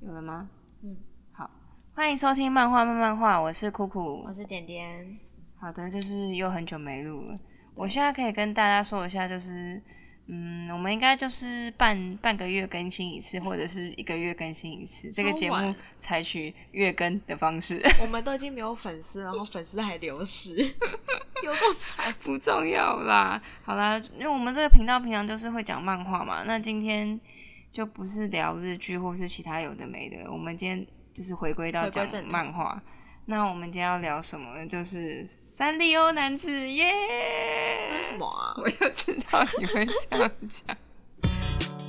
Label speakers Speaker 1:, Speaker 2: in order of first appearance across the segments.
Speaker 1: 有了吗？
Speaker 2: 嗯，
Speaker 1: 好，欢迎收听漫画慢漫画，我是酷酷
Speaker 2: 我。是点点，
Speaker 1: 好的，就是又很久没录了。我现在可以跟大家说一下，就是嗯，我们应该就是半半个月更新一次，或者是一个月更新一次。这个
Speaker 2: 超
Speaker 1: 节目
Speaker 2: 晚
Speaker 1: 采取月更的方式，
Speaker 2: 我们都已经没有粉丝，然后粉丝还流失， 有够惨。
Speaker 1: 不重要啦。好啦，因为我们这个频道平常就是会讲漫画嘛，那今天就不是聊日剧或是其他有的没的，我们今天就是回归到
Speaker 2: 回归
Speaker 1: 讲
Speaker 2: 正题
Speaker 1: 漫画。那我们今天要聊什么呢？就是三丽鸥男子耶！
Speaker 2: 那是什么啊？
Speaker 1: 我就知道你会这样讲。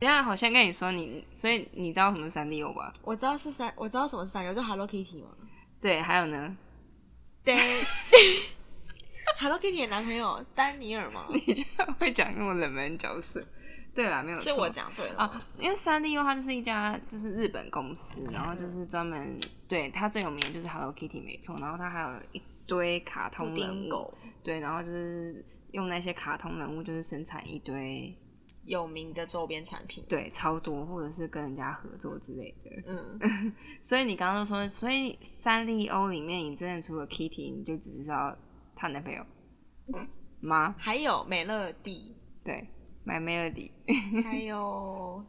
Speaker 1: 等一下，好像跟你说你，所以你知道什么是三丽鸥吧？
Speaker 2: 我知道是三，我知道什么是三流，就 Hello Kitty 嘛。
Speaker 1: 对，还有呢，
Speaker 2: 对，Hello Kitty 的男朋友丹尼尔 嘛，
Speaker 1: 你居然会讲那么冷门的角色。对啦，没有
Speaker 2: 是
Speaker 1: 错。
Speaker 2: 我讲对了吗。
Speaker 1: 啊，因为三丽鸥它就是一家就是日本公司，然后就是专门对它最有名的就是 Hello Kitty 没错，然后它还有一堆卡
Speaker 2: 布
Speaker 1: 通人
Speaker 2: 丁
Speaker 1: 物，
Speaker 2: 狗
Speaker 1: 对，然后就是用那些卡通人物就是生产一堆
Speaker 2: 有名的周边产品。
Speaker 1: 对超多，或者是跟人家合作之类的。
Speaker 2: 嗯，
Speaker 1: 所以你刚刚就说，所以三丽鸥里面你真的除了 Kitty，你就只知道她男 朋友吗？
Speaker 2: 还有美乐蒂，
Speaker 1: 对，My Melody。
Speaker 2: 还有，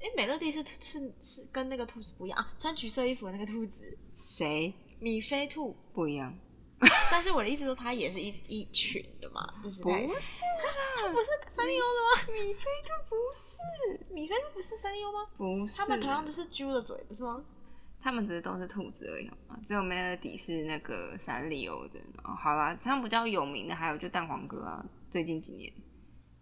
Speaker 2: 哎、美乐蒂是是是跟那个兔子不一样啊，穿橘色衣服的那个兔子，
Speaker 1: 谁
Speaker 2: 米菲兔。
Speaker 1: 不一样？
Speaker 2: 但是我的意思说，它也是一一群的嘛，就是
Speaker 1: 不
Speaker 2: 它也
Speaker 1: 是
Speaker 2: 它不是三丽鸥的吗？
Speaker 1: 米菲就不是，
Speaker 2: 米菲兔不是三丽鸥吗？
Speaker 1: 不是。
Speaker 2: 他们同样都是猪的嘴，不是吗？
Speaker 1: 他们只是都是兔子而已好吗？只有 Melody 是那个三丽鸥的。哦，好啦，他们比较有名的还有就蛋黄哥啊，最近几年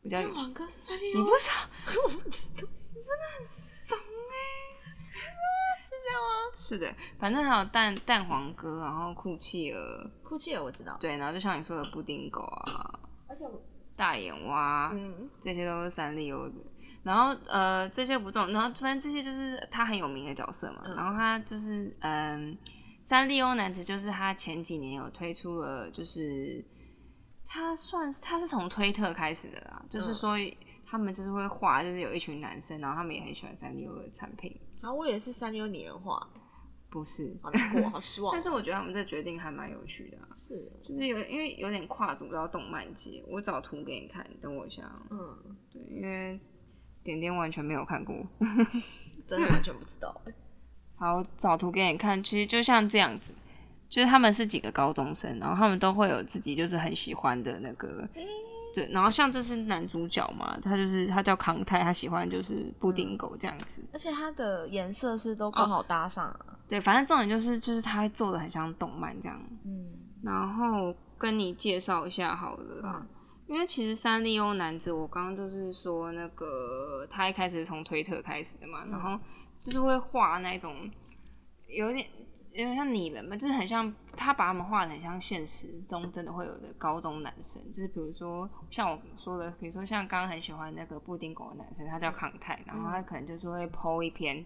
Speaker 1: 比较有
Speaker 2: 蛋。黄哥是三丽啊
Speaker 1: 你
Speaker 2: 鸥
Speaker 1: 不
Speaker 2: 吗，
Speaker 1: 知道？
Speaker 2: 我不知道
Speaker 1: 怂哎、
Speaker 2: 啊是这样吗？
Speaker 1: 是的，反正还有蛋蛋黄哥，然后酷企鹅，
Speaker 2: 酷气儿我知道，
Speaker 1: 对，然后就像你说的布丁狗啊、
Speaker 2: 而且我
Speaker 1: 大眼蛙，
Speaker 2: 嗯，
Speaker 1: 这些都是三丽鸥的。然后呃，这些不重，然后反正这些就是他很有名的角色嘛。
Speaker 2: 嗯
Speaker 1: 然后他就是嗯，三丽鸥男子就是他前几年有推出了，就是他算是他是从推特开始的啦，就是说他们就是会画，就是有一群男生，然后他们也很喜欢三丽鸥的产品，
Speaker 2: 啊，我以为是三丽鸥拟人化，
Speaker 1: 不是？
Speaker 2: 好难过，好失望
Speaker 1: 但。是我觉得他们这决定还蛮有趣的、啊，
Speaker 2: 是，
Speaker 1: 就是有因为有点跨足到动漫界。我找图给你看，等我一下啊，
Speaker 2: 嗯，
Speaker 1: 对，因为点点完全没有看过。
Speaker 2: 真的完全不知道。
Speaker 1: 好，找图给你看。其实就像这样子，就是他们是几个高中生，然后他们都会有自己就是很喜欢的那个，对。然后像这是男主角嘛，他就是他叫康泰，他喜欢就是布丁狗这样子。
Speaker 2: 而且它的颜色是都刚好搭上啊。
Speaker 1: 对，反正重点就是就是他会做的很像动漫这样。
Speaker 2: 嗯，
Speaker 1: 然后跟你介绍一下好了啦。因为其实三丽鸥男子，我刚刚就是说那个他一开始是从推特开始的嘛，然后就是会画那种有点有点像拟人嘛，就是很像他把他们画的很像现实中真的会有的高中男生，就是比如说像我说的，比如说像刚刚很喜欢那个布丁狗的男生，他叫康泰，然后他可能就是会 PO 一篇，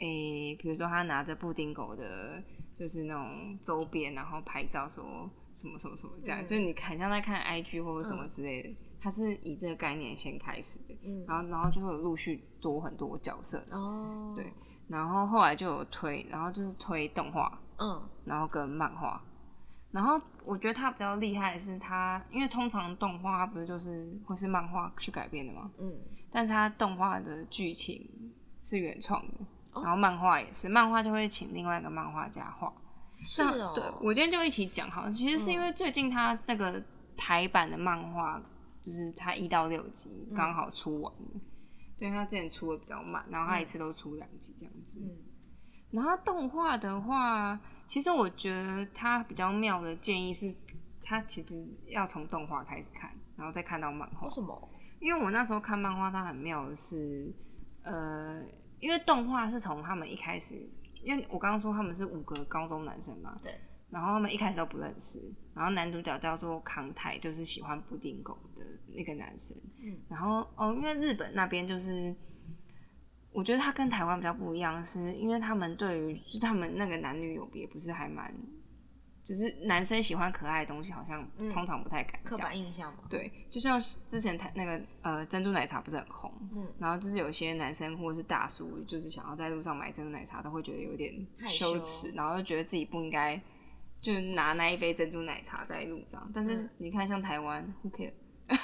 Speaker 1: 诶、比如说他拿着布丁狗的，就是那种周边，然后拍照说什么什么什么这样，
Speaker 2: 嗯
Speaker 1: 就是你很像在看 IG 或者什么之类的，他是以这个概念先开始的，
Speaker 2: 嗯
Speaker 1: 然后然后就会有陆续多很多角色，
Speaker 2: 哦，
Speaker 1: 对，然后后来就有推，然后就是推动画，
Speaker 2: 嗯，
Speaker 1: 然后跟漫画。然后我觉得他比较厉害的是他，因为通常动画它不是就是会是漫画去改编的嘛，
Speaker 2: 嗯，
Speaker 1: 但是他动画的剧情是原创的，
Speaker 2: 哦
Speaker 1: 然后漫画也是，漫画就会请另外一个漫画家画。
Speaker 2: 是
Speaker 1: 那对
Speaker 2: 哦，嗯
Speaker 1: 我今天就一起讲好了，其实是因为最近他那个台版的漫画，就是他一到六
Speaker 2: 嗯
Speaker 1: 集刚好出完了，对，因为他之前出的比较慢，然后他一次都出两集这样子。
Speaker 2: 嗯
Speaker 1: 然后动画的话，其实我觉得它比较妙的建议是，它其实要从动画开始看，然后再看到漫画
Speaker 2: 为。什么？
Speaker 1: 因为我那时候看漫画，它很妙的是，呃，因为动画是从他们一开始，因为我刚刚说他们是五个高中男生嘛，
Speaker 2: 对，
Speaker 1: 然后他们一开始都不认识，然后男主角叫做康泰，就是喜欢布丁狗的那个男生，
Speaker 2: 嗯，
Speaker 1: 然后哦，因为日本那边就是。我觉得他跟台湾比较不一样，是因为他们对于就是他们那个男女有别，不是还蛮只是男生喜欢可爱的东西，好像
Speaker 2: 嗯
Speaker 1: 通常不太敢
Speaker 2: 刻
Speaker 1: 讲。
Speaker 2: 板印象嘛。
Speaker 1: 对，就像之前台那个呃珍珠奶茶不是很红，
Speaker 2: 嗯
Speaker 1: 然后就是有些男生或者是大叔，就是想要在路上买珍珠奶茶，都会觉得有点
Speaker 2: 害
Speaker 1: 羞
Speaker 2: 羞
Speaker 1: 耻，然后就觉得自己不应该就拿那一杯珍珠奶茶在路上。但是
Speaker 2: 嗯
Speaker 1: 你看，像台湾，who care？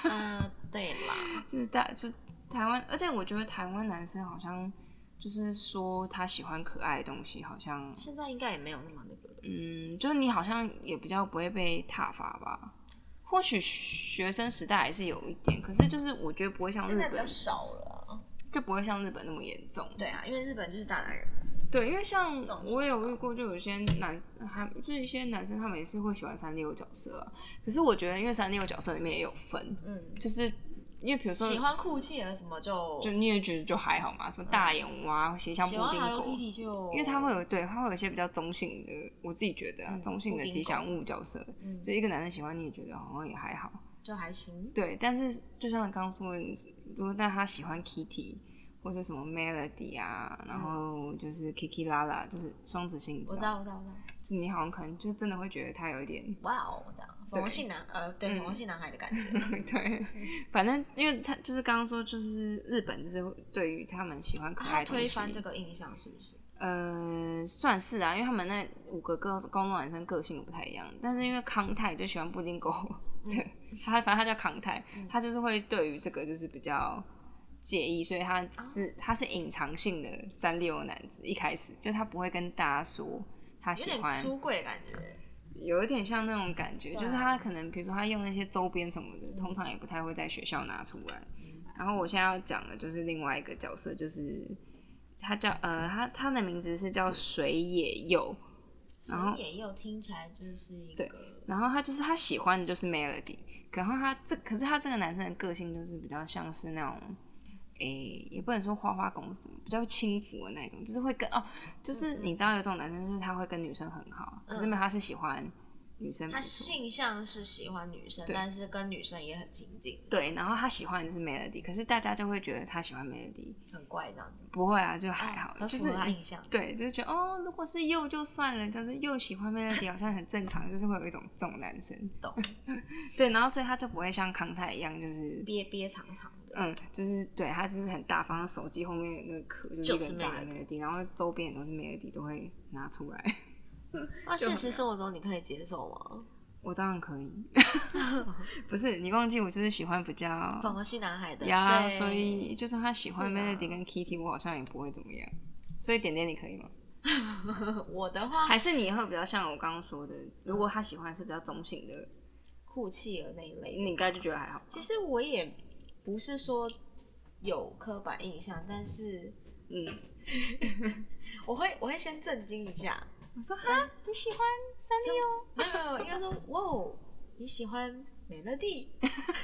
Speaker 2: 嗯、对啦，
Speaker 1: 就是大就台湾，而且我觉得台湾男生好像就是说他喜欢可爱的东西，好像
Speaker 2: 现在应该也没有那么那个。
Speaker 1: 嗯，就是你好像也比较不会被踏伐吧。或许学生时代还是有一点，可是就是我觉得不会像
Speaker 2: 现
Speaker 1: 日
Speaker 2: 在比较
Speaker 1: 本，
Speaker 2: 少了啊。
Speaker 1: 就不会像日本那么严重。
Speaker 2: 对啊，因为日本就是大男人。
Speaker 1: 对，因为像
Speaker 2: 这种
Speaker 1: 我也有遇过，就有些男，还就是一些男生，他们也是会喜欢三六角色、啊。可是我觉得，因为三六角色里面也有分，
Speaker 2: 嗯，
Speaker 1: 就是因为比如说，
Speaker 2: 喜欢酷气的什么就
Speaker 1: 嗯就你也觉得就还好嘛，什么大眼蛙、斜向布
Speaker 2: 嗯喜欢
Speaker 1: 丁
Speaker 2: Hello
Speaker 1: 狗，
Speaker 2: Kitty 就
Speaker 1: 因为它会有对，它会有一些比较中性的，我自己觉得、啊、
Speaker 2: 嗯
Speaker 1: 中性
Speaker 2: 布
Speaker 1: 的
Speaker 2: 丁
Speaker 1: 吉
Speaker 2: 狗
Speaker 1: 祥物角色，
Speaker 2: 嗯
Speaker 1: 所以一个男生喜欢你也觉得好像也还好。
Speaker 2: 就还行。
Speaker 1: 对，但是就像刚说的，如果但他喜欢 Kitty 或者什么 Melody 啊，然后就是 Kiki 拉拉，就是双子星，你
Speaker 2: 嗯我知
Speaker 1: 吗
Speaker 2: 道，我知道，我知道。
Speaker 1: 就是你好像可能就真的会觉得他有一点
Speaker 2: 哇哦，这样粉红系男，呃，对，
Speaker 1: 嗯
Speaker 2: 粉红系男孩的感 觉。
Speaker 1: 对，反正因为他就是刚刚说，就是日本就是对于他们喜欢可爱
Speaker 2: 他
Speaker 1: 的东
Speaker 2: 推
Speaker 1: 西，
Speaker 2: 翻这个印象是不是？
Speaker 1: 呃，算是啊，因为他们那五个高高中男生个性不太一样，但是因为康泰就喜欢布丁狗，
Speaker 2: 嗯
Speaker 1: 对他反正他叫康泰，他就是会对于这个就是比较介意，所以他是、
Speaker 2: 哦
Speaker 1: 他是隐藏性的三六男子，一开始就他不会跟大家说他
Speaker 2: 有
Speaker 1: 喜欢
Speaker 2: 点，出柜的感觉。
Speaker 1: 有一点像那种感觉，
Speaker 2: 对啊
Speaker 1: 就是他可能比如说他用那些周边什么的，通常也不太会在学校拿出来。
Speaker 2: 嗯
Speaker 1: 然后我现在要讲的就是另外一个角色，就是他叫呃他他的名字是叫水野佑，然后
Speaker 2: 所以也有听起来就是一
Speaker 1: 对
Speaker 2: 个
Speaker 1: 然后他就是他喜欢的就是 Melody，然后他这可是他这个男生的个性就是比较像是那种。诶、也不能说花花公子，比较轻浮的那种，就是会跟哦，
Speaker 2: 嗯
Speaker 1: 就是你知道有种男生，就是他会跟女生很好，可是没有他是喜欢女生不
Speaker 2: 他
Speaker 1: 错，
Speaker 2: 性向是喜欢女生，
Speaker 1: 对
Speaker 2: 但是跟女生也很亲近，
Speaker 1: 对，然后他喜欢的就是 Melody，可是大家就会觉得他喜欢 Melody，
Speaker 2: 很怪这样子。
Speaker 1: 不会啊，就还好，
Speaker 2: 很
Speaker 1: 就
Speaker 2: 哦符
Speaker 1: 是
Speaker 2: 合他印象。
Speaker 1: 对，就是觉得哦，如果是又就算了，但是又喜欢 Melody 好像很正常，就是会有一种这种男生，
Speaker 2: 懂，
Speaker 1: 对，然后所以他就不会像康泰一样，就是
Speaker 2: 憋憋长长的，
Speaker 1: 嗯，就是对他就是很大方，手机后面的那个壳就是
Speaker 2: 就
Speaker 1: 一个很
Speaker 2: 是
Speaker 1: 大的
Speaker 2: Melody
Speaker 1: Melody，然后周边也都是 Melody 都会拿出来，
Speaker 2: 那
Speaker 1: 就很
Speaker 2: 现实生活中你可以接受吗？
Speaker 1: 我当然 可以， 不是你忘记我就是喜欢比较
Speaker 2: 粉红系男孩的
Speaker 1: 嗯呀，
Speaker 2: 对
Speaker 1: 所以就算他喜欢
Speaker 2: 是啊
Speaker 1: Melody 跟 Kitty，我好像也不会怎么样。所以点点你可以吗？
Speaker 2: 我的话
Speaker 1: 还是你会比较像我刚刚说的，如果他喜欢是比较中性的，
Speaker 2: 酷气儿那一类
Speaker 1: 你
Speaker 2: 的。
Speaker 1: 应该就觉得还好。
Speaker 2: 其实我也不是说有刻板印象，但是
Speaker 1: 嗯，
Speaker 2: 我会我会先震惊一下，
Speaker 1: 我说哈，你喜欢三
Speaker 2: 就没有没有，应该说哇哦，你喜欢美乐蒂，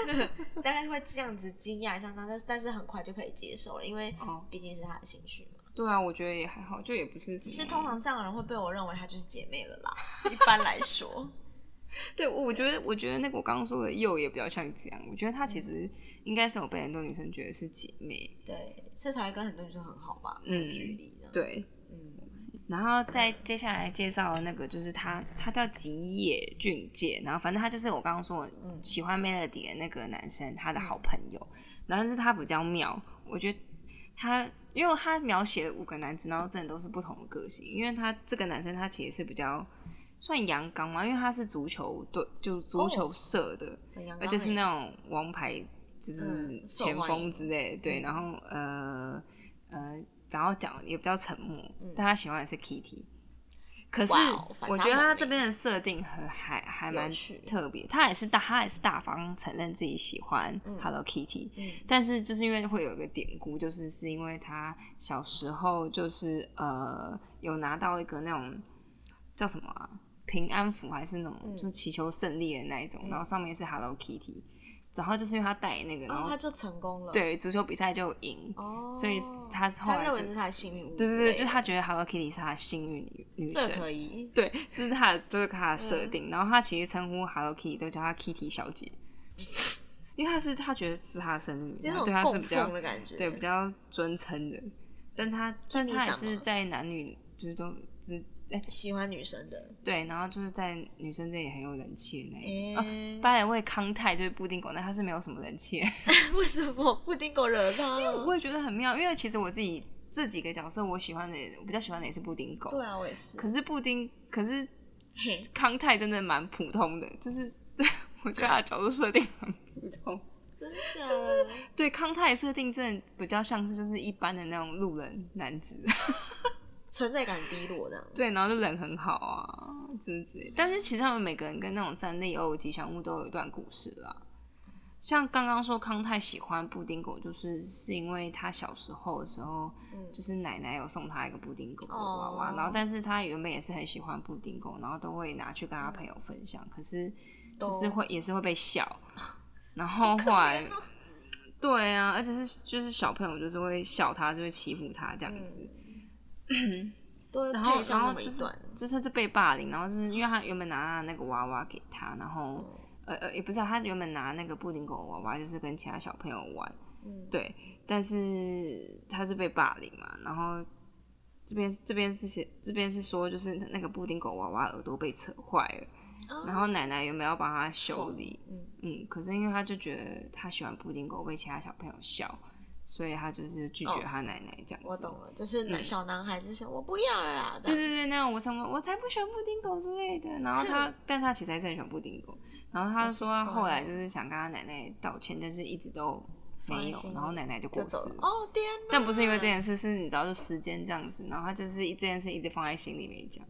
Speaker 2: 大概会这样子惊讶一下，但是但是很快就可以接受了，因为
Speaker 1: 哦
Speaker 2: 毕竟是他的兴趣嘛。
Speaker 1: 对啊，我觉得也还好，就也不是什么。
Speaker 2: 其实通常这样的人会被我认为她就是姐妹了啦，一般来说，
Speaker 1: 对，我我觉得我觉得那个我刚刚说的又也比较像这样，我觉得她其实应该是有被很多女生觉得是姐妹。
Speaker 2: 对，所以才会跟很多女生很好吧，
Speaker 1: 嗯
Speaker 2: 没有距离这样。
Speaker 1: 对，
Speaker 2: 嗯，
Speaker 1: 然后再接下来介绍的那个就是他，他叫吉野俊介，然后反正他就是我刚刚说
Speaker 2: 嗯
Speaker 1: 喜欢 Melody 的那个男生，他的好朋友。然后就是他比较妙，我觉得他因为他描写了五个男子，然后真的都是不同的个性，因为他这个男生他其实是比较算阳刚嘛，因为他是足球队，就足球社的，
Speaker 2: 很阳
Speaker 1: 而
Speaker 2: 刚
Speaker 1: 且是
Speaker 2: 欸
Speaker 1: 那种王牌，就是
Speaker 2: 嗯受
Speaker 1: 前
Speaker 2: 欢
Speaker 1: 锋
Speaker 2: 迎
Speaker 1: 之类的对，
Speaker 2: 嗯
Speaker 1: 然后呃呃，然后讲也比较沉默，
Speaker 2: 嗯
Speaker 1: 但他喜欢的是 Kitty。可是
Speaker 2: 哇哦反
Speaker 1: 我
Speaker 2: 差
Speaker 1: 觉得他
Speaker 2: 萌
Speaker 1: 这边的设定很还还蛮
Speaker 2: 有趣
Speaker 1: 特别，他也是大他也是大方承认自己喜欢
Speaker 2: 嗯
Speaker 1: Hello Kitty，、
Speaker 2: 嗯
Speaker 1: 但是就是因为会有一个典故，就是是因为他小时候就是呃有拿到一个那种叫什么啊平安符还是那种、
Speaker 2: 嗯
Speaker 1: 就是祈求胜利的那一种，然后上面是 Hello Kitty，然后就是因为他戴那个，
Speaker 2: 然
Speaker 1: 然
Speaker 2: 后
Speaker 1: 后
Speaker 2: 她就成功了，，
Speaker 1: 对足球比赛就赢，
Speaker 2: 哦，
Speaker 1: 所以她后
Speaker 2: 她
Speaker 1: 来
Speaker 2: 认
Speaker 1: 就
Speaker 2: 为是她的幸运物之
Speaker 1: 对
Speaker 2: 类
Speaker 1: 对对，
Speaker 2: 的，
Speaker 1: 就他觉得 Hello Kitty 是他的幸运女女
Speaker 2: 这
Speaker 1: 神
Speaker 2: 个。可嗯以，
Speaker 1: 对，这是他的，这、是他的设定。然后他其实称呼 Hello Kitty 都叫她 Kitty 小姐，因为他是他觉得是他的生日，
Speaker 2: 就
Speaker 1: 然
Speaker 2: 那
Speaker 1: 后对他是
Speaker 2: 种供
Speaker 1: 比较
Speaker 2: 奉的感觉，
Speaker 1: 对比较尊称的。但他但
Speaker 2: Kitty
Speaker 1: 他也
Speaker 2: 什么
Speaker 1: 是在男女就是都之哎
Speaker 2: 喜欢女生的，
Speaker 1: 对，然后就是在女生这里很有人气的那一种。啊
Speaker 2: 哎、
Speaker 1: 八百味康泰就是布丁狗，但它是没有什么人气的，
Speaker 2: 为什么布丁狗惹他了？
Speaker 1: 我也觉得很妙。因为其实我自己这几个角色，我喜欢的也我比较喜欢的也是布丁狗，
Speaker 2: 对啊，我也是。
Speaker 1: 可是布丁，可是
Speaker 2: 嘿
Speaker 1: 康泰真的蛮普通的，就是 我觉得他的角色设定很 普通。
Speaker 2: 真假的？
Speaker 1: 对康泰的设定真的比较像是就是一般的那种路人男子，
Speaker 2: 存在感低落这样。
Speaker 1: 对，然后就人很好啊，就是之类的。但是其实他们每个人跟那种三类偶吉祥物都有一段故事啦。像刚刚说康泰喜欢布丁狗，就是是因为他小时候的时候，
Speaker 2: 嗯
Speaker 1: 就是奶奶有送他一个布丁狗的娃娃，
Speaker 2: 哦
Speaker 1: 然后但是他原本也是很喜欢布丁狗，然后都会拿去跟他朋友分享，可是就是
Speaker 2: 嗯都
Speaker 1: 会也是会被笑，然后后来。对啊，而且是就是小朋友就是会笑他，就会欺负他这
Speaker 2: 嗯
Speaker 1: 样子，
Speaker 2: 都会
Speaker 1: 然后
Speaker 2: 配上
Speaker 1: 然
Speaker 2: 那
Speaker 1: 后
Speaker 2: 么
Speaker 1: 就
Speaker 2: 一
Speaker 1: 是
Speaker 2: 段。
Speaker 1: 就是就被霸凌，然后就是因为他原本拿那个娃娃给他，然
Speaker 2: 哦
Speaker 1: 后呃呃也不是、啊、他原本拿那个布丁狗娃娃就是跟其他小朋友玩，
Speaker 2: 嗯，
Speaker 1: 对，但是他是被霸凌嘛，然后这边这边是写这边是说就是那个布丁狗娃娃耳朵被扯坏了，
Speaker 2: 啊
Speaker 1: 然后奶奶原本要帮他修理，
Speaker 2: 嗯
Speaker 1: 嗯，可是因为他就觉得他喜欢布丁狗被其他小朋友笑，所以他就是拒绝
Speaker 2: 哦
Speaker 1: 他奶奶这样子。
Speaker 2: 我懂了，就是男小男孩就是我不要了啦，这
Speaker 1: 嗯对
Speaker 2: 样
Speaker 1: 对对，那种我什么我才不喜欢布丁狗之类的。然后 他，但他其实还是很喜欢布丁狗。然后他
Speaker 2: 我
Speaker 1: 说他
Speaker 2: 是说
Speaker 1: 后来就是想跟他奶奶道歉，但是一直都
Speaker 2: 放
Speaker 1: 没
Speaker 2: 在
Speaker 1: 有
Speaker 2: 心。里
Speaker 1: 然后奶奶就过
Speaker 2: 就走
Speaker 1: 世
Speaker 2: 了。
Speaker 1: 了。
Speaker 2: 哦天哪！
Speaker 1: 但不是因为这件事，是你知道，就时间这样子。然后他就是一这件事一直放在心里没讲，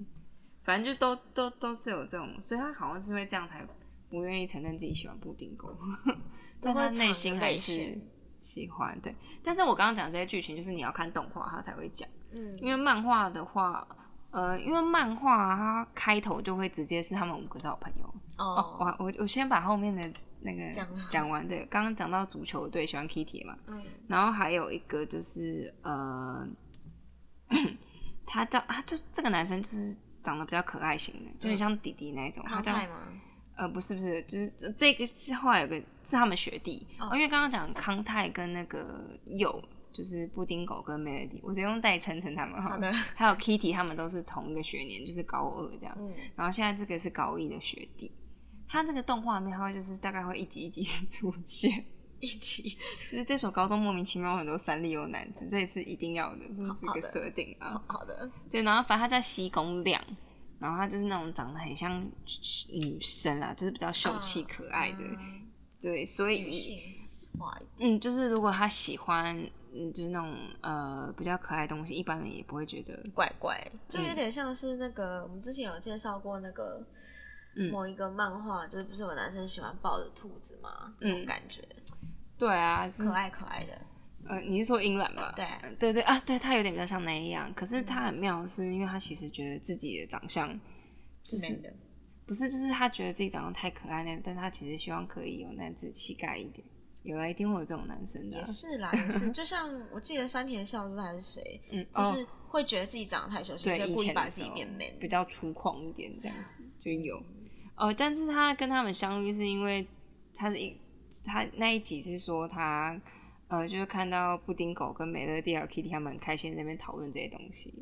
Speaker 1: 反正就都都都是有这种，所以他好像是因为这样才不愿意承认自己喜欢布丁狗， 但他内心还是喜欢。对，但是我刚刚讲这些剧情，就是你要看动画他才会讲。
Speaker 2: 嗯，
Speaker 1: 因为漫画的话，呃，因为漫画啊它开头就会直接是他们五个是好朋友。哦，
Speaker 2: 哦，
Speaker 1: 我我我先把后面的那个
Speaker 2: 讲完
Speaker 1: 讲完。对，刚刚讲到足球队喜欢 Kitty 嘛，
Speaker 2: 嗯，
Speaker 1: 然后还有一个就是呃， 他叫他就这个男生就是长得比较可爱型的，就很像弟弟那一种。他
Speaker 2: 康
Speaker 1: 叫
Speaker 2: 泰吗？
Speaker 1: 呃不是不是，就是呃这个是后来有个是他们学弟，
Speaker 2: 哦
Speaker 1: 哦、因为刚刚讲康泰跟那个佑。就是布丁狗跟 Melody，我只用代称称他们好
Speaker 2: 好
Speaker 1: 了。
Speaker 2: 的，
Speaker 1: 还有 Kitty 他们都是同一个学年，就是高二这样。
Speaker 2: 嗯，
Speaker 1: 然后现在这个是高一的学弟，他这个动画里面他会就是大概会一集一集 出现，
Speaker 2: 一起一起，
Speaker 1: 就是这所高中莫名其妙有很多三丽鸥男子，这也是一定要的，这是一个设定啊。
Speaker 2: 好的，
Speaker 1: 对，然后反正他叫西宫亮，然后他就是那种长得很像女生啊，就是比较秀气
Speaker 2: 嗯
Speaker 1: 可爱的，
Speaker 2: 嗯
Speaker 1: 对，所以
Speaker 2: 女性化一点，
Speaker 1: 嗯，就是如果他喜欢嗯就是那种呃比较可爱的东西，一般人也不会觉得
Speaker 2: 怪怪，就有点像是那个我们之前有介绍过那个。
Speaker 1: 嗯
Speaker 2: 某一个漫画，就是不是有男生喜欢抱着兔子吗？这种
Speaker 1: 嗯
Speaker 2: 感觉，
Speaker 1: 对啊，就是
Speaker 2: 可爱可爱的。
Speaker 1: 呃，你是说英兰吧？
Speaker 2: 对
Speaker 1: 嗯对对啊，对他有点比较像那样，可是他很妙，是因为他其实觉得自己的长相就是啊
Speaker 2: 的，
Speaker 1: 不是就是他觉得自己长得太可爱了，但他其实希望可以有男子气概一点。有啊，一定会有这种男生的啊、
Speaker 2: 也是啦，也是。就像我记得山田孝之还是谁，
Speaker 1: 嗯，
Speaker 2: 就
Speaker 1: 哦、
Speaker 2: 是会觉得自己长得太羞涩，所
Speaker 1: 对
Speaker 2: 以
Speaker 1: 以
Speaker 2: 故意
Speaker 1: 前的
Speaker 2: 把
Speaker 1: 时
Speaker 2: 自己
Speaker 1: 候
Speaker 2: 变 man。
Speaker 1: 比较粗犷一点，这样子就有。哦，但是他跟他们相遇是因为他是一他那一集是说他呃，就是看到布丁狗跟美乐蒂还有 Kitty 他们很开心在那边讨论这些东西，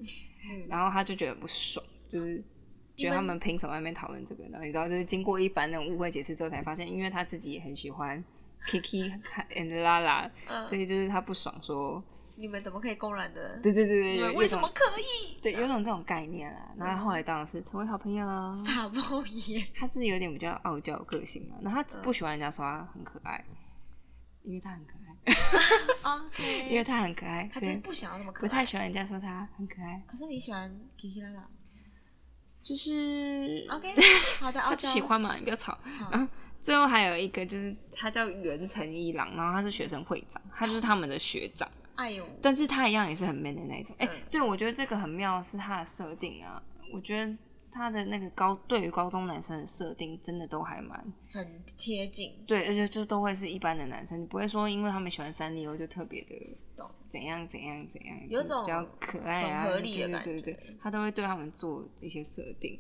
Speaker 1: 然后他就觉得很不爽，就是觉得他们凭什么在那边讨论这个？然后你知道，就是经过一番那种误会解释之后，才发现，因为他自己也很喜欢 Kiki and Lala，、
Speaker 2: 嗯
Speaker 1: 所以就是他不爽说，
Speaker 2: 你们怎么可以公然的？
Speaker 1: 对对对对，
Speaker 2: 你
Speaker 1: 有
Speaker 2: 们
Speaker 1: 有
Speaker 2: 为
Speaker 1: 种
Speaker 2: 什么可以？
Speaker 1: 对有种这种概念啦。然后后来当然是成为好朋友咯，
Speaker 2: 傻包 眼，
Speaker 1: 他是有点比较傲娇的个性嘛，然后他不喜欢人家说他很可爱，因为他很可爱，因为
Speaker 2: OK，
Speaker 1: 他很可爱，
Speaker 2: 他就
Speaker 1: 所
Speaker 2: 是
Speaker 1: 以
Speaker 2: 不想要那么可
Speaker 1: 不太
Speaker 2: 爱。
Speaker 1: 喜欢人家说他很可爱，
Speaker 2: 可是你喜欢 Kiki 啦 啦
Speaker 1: 就是
Speaker 2: ，OK，好的，傲
Speaker 1: 他就
Speaker 2: 娇嗯
Speaker 1: 喜。欢嘛，你不要吵。然后最后还有一个就是他叫袁成一郎，然后他是学生会长，他就是他们的学长，
Speaker 2: 哎呦，
Speaker 1: 但是他一样也是很 man 的那一种。哎、
Speaker 2: 嗯
Speaker 1: 对，我觉得这个很妙是他的设定啊，我觉得他的那个高对于高中男生的设定真的都还蛮
Speaker 2: 很贴近，
Speaker 1: 对，而且就都会是一般的男生，你不会说因为他们喜欢三丽鸥就特别的
Speaker 2: 懂
Speaker 1: 怎样怎样怎样，就是
Speaker 2: 有
Speaker 1: 比
Speaker 2: 种
Speaker 1: 较可爱啊，
Speaker 2: 很合理的
Speaker 1: 对
Speaker 2: 感嗯
Speaker 1: 对对对，他都会对他们做这些设定。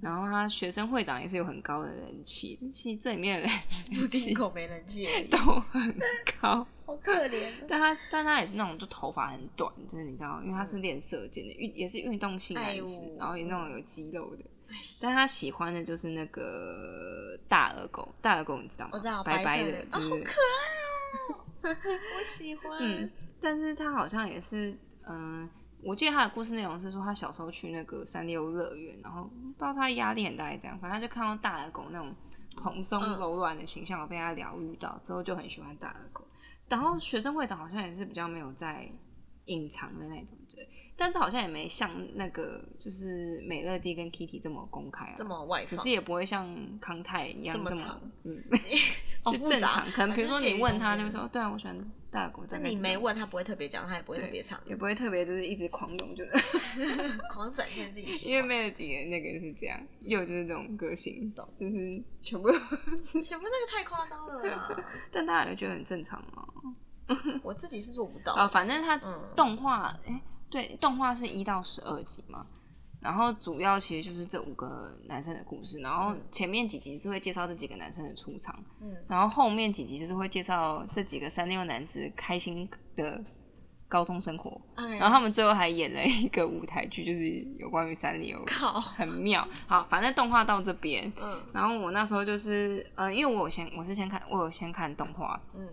Speaker 1: 然后他学生会长也是有很高的人气，其实这里面的 人
Speaker 2: 不进口没人气而已，
Speaker 1: 都很高，
Speaker 2: 好可怜哦。
Speaker 1: 但他但他也是那种就头发很短，就是你知道，因为他是练射箭的，运也是运动性男
Speaker 2: 哎
Speaker 1: 子
Speaker 2: 呦，
Speaker 1: 然后也那种有肌肉的。但他喜欢的就是那个大耳狗，大耳狗你知道吗？
Speaker 2: 我知道，
Speaker 1: 白
Speaker 2: 白色
Speaker 1: 的，
Speaker 2: 的，啊，
Speaker 1: 对
Speaker 2: 好
Speaker 1: 对对
Speaker 2: 可爱哦，我喜
Speaker 1: 嗯
Speaker 2: 欢。，
Speaker 1: 但是他好像也是，嗯、我记得他的故事内容是说，他小时候去那个三六乐园，然后不知道他压力很大还是怎样，反正他就看到大耳狗那种蓬松
Speaker 2: 嗯
Speaker 1: 柔软的形象，我被他疗愈到之后，就很喜欢大耳狗。然后学生会长好像也是比较没有在隐藏的那种，对，但是好像也没像那个就是美乐蒂跟 Kitty 这么公开啊，
Speaker 2: 这么外
Speaker 1: 只
Speaker 2: 放
Speaker 1: 是，也不会像康泰一样
Speaker 2: 这么
Speaker 1: 么
Speaker 2: 长
Speaker 1: 嗯，
Speaker 2: 好
Speaker 1: 就
Speaker 2: 复
Speaker 1: 正
Speaker 2: 杂
Speaker 1: 常。可能比如说
Speaker 2: 反正
Speaker 1: 你问他，
Speaker 2: 介
Speaker 1: 就
Speaker 2: 于
Speaker 1: 会
Speaker 2: 中间
Speaker 1: 说，对啊，我喜欢大耳狗。
Speaker 2: 那
Speaker 1: 大概
Speaker 2: 你
Speaker 1: 这
Speaker 2: 没
Speaker 1: 种
Speaker 2: 问他不会特别讲，他也不会特
Speaker 1: 对
Speaker 2: 别唱，
Speaker 1: 也不会特别就是一直狂用，就是
Speaker 2: 狂展现自己喜
Speaker 1: 因
Speaker 2: 欢
Speaker 1: 为 Melody 的那个是这样，又就是这种个性
Speaker 2: 懂，
Speaker 1: 就是全部都是，
Speaker 2: 前面那个太夸张了 啦，
Speaker 1: 但大家也觉得很正常嘛。
Speaker 2: 我自己是做不到。
Speaker 1: 啊，反正它
Speaker 2: 嗯
Speaker 1: 动画，哎、对，动画是一到十二集嘛。然后主要其实就是这五个男生的故事，然后前面几集是会介绍这几个男生的出场，
Speaker 2: 嗯，
Speaker 1: 然后后面几集就是会介绍这几个三六男子开心的高中生活，
Speaker 2: 哎，
Speaker 1: 然后他们最后还演了一个舞台剧，就是有关于三六。
Speaker 2: 靠，
Speaker 1: 很妙。好，反正动画到这边，
Speaker 2: 嗯
Speaker 1: 然后我那时候就是，呃，因为我有先我是先看，我有先看动画，
Speaker 2: 嗯，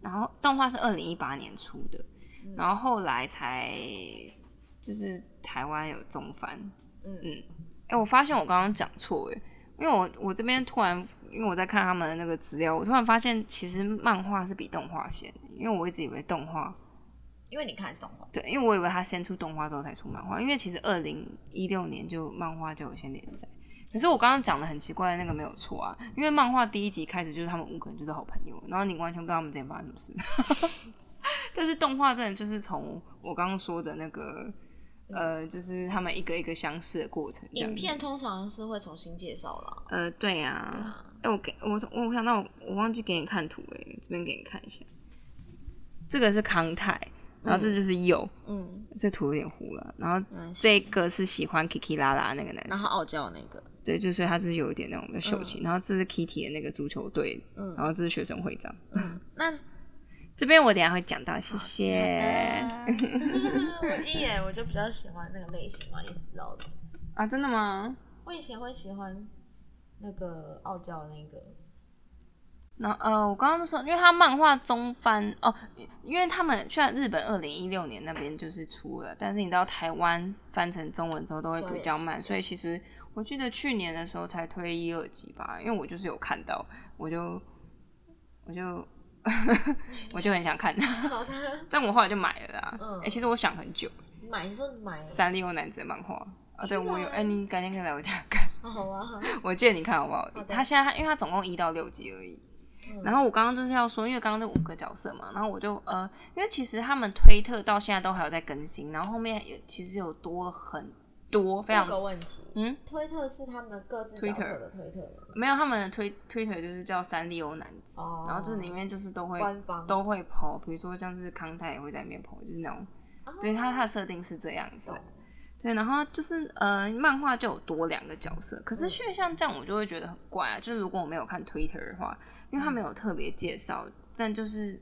Speaker 1: 然后动画是二零一八年出的，然后后来才就是台湾有中翻，
Speaker 2: 嗯
Speaker 1: 嗯，哎、我发现我刚刚讲错，哎，因为我我这边突然。因为我在看他们的那个资料，我突然发现其实漫画是比动画先，因为我一直以为动画
Speaker 2: 因为你看的是动画，
Speaker 1: 对，因为我以为他先出动画之后才出漫画，因为其实二零一六年就漫画就有先连载。可是我刚刚讲的很奇怪，那个没有错啊，因为漫画第一集开始就是他们五个人就是好朋友，然后你完全不知道他们之间发生什么事。 但是动画真的就是从我刚刚说的那个，呃，就是他们一个一个相识的过程。这样
Speaker 2: 影片通常是会重新介绍啦。
Speaker 1: 呃，对呀、
Speaker 2: 对
Speaker 1: 啊，
Speaker 2: 啊
Speaker 1: 哎、我给我我我想到我我忘记给你看图哎、这边给你看一下，这个是康泰，然后这就是佑、
Speaker 2: 嗯
Speaker 1: 这图有点糊了，然后
Speaker 2: 嗯，
Speaker 1: 这个是喜欢 Kiki 拉拉那个男生，
Speaker 2: 然后傲娇那 个，
Speaker 1: 对，就是他是有一点那种比较秀气。然后这是 Kitty 的那个足球队，
Speaker 2: 嗯
Speaker 1: 然后这是学生会长。
Speaker 2: 那
Speaker 1: 这边我等一下会讲到，谢谢
Speaker 2: 啊 我一眼我就比较喜欢那个类型嘛，你知道的。
Speaker 1: 啊，真的吗？
Speaker 2: 我以前会喜欢那个傲娇那 个，
Speaker 1: 然后呃，我刚刚说，因为他漫画中翻哦，因为他们虽然日本二零一六年那边就是出了，但是你知道台湾翻成中文之后都会比较慢，所
Speaker 2: 所
Speaker 1: 以其实我记得去年的时候才推一二集吧，因为我就是有看到，我就我就 我就很想看，
Speaker 2: 老他
Speaker 1: 但我后来就买了啦。
Speaker 2: 嗯
Speaker 1: 哎、其实我想很久，
Speaker 2: 买，你说买，
Speaker 1: 三丽鸥男子的漫画啊，对
Speaker 2: 天哪
Speaker 1: 我有，哎、你改天可以来我家看，
Speaker 2: 好啊，好啊
Speaker 1: 我借你看好不好
Speaker 2: 好？的
Speaker 1: 他现在因为他总共一到六集而已。然后我刚刚就是要说，因为刚刚那五个角色嘛，然后我就呃，因为其实他们推特到现在都还有在更新，然后后面也其实有多了很多，非
Speaker 2: 问
Speaker 1: 常
Speaker 2: 个问题，
Speaker 1: 嗯，
Speaker 2: 推特是他们各自角色的推特吗？
Speaker 1: 没有他们的推推特就是叫三丽鸥男子，
Speaker 2: 哦，
Speaker 1: 然后这里面就是都会
Speaker 2: 官方
Speaker 1: 都会抛，比如说像是康泰也会在里面抛，就是那种，
Speaker 2: 哦
Speaker 1: 对他他的设定是这样子
Speaker 2: 懂。
Speaker 1: 对，然后就是呃，漫画就有多两个角色，可是却像这样，我就会觉得很怪啊。就是如果我没有看 Twitter 的话，因为他没有特别介绍，但就是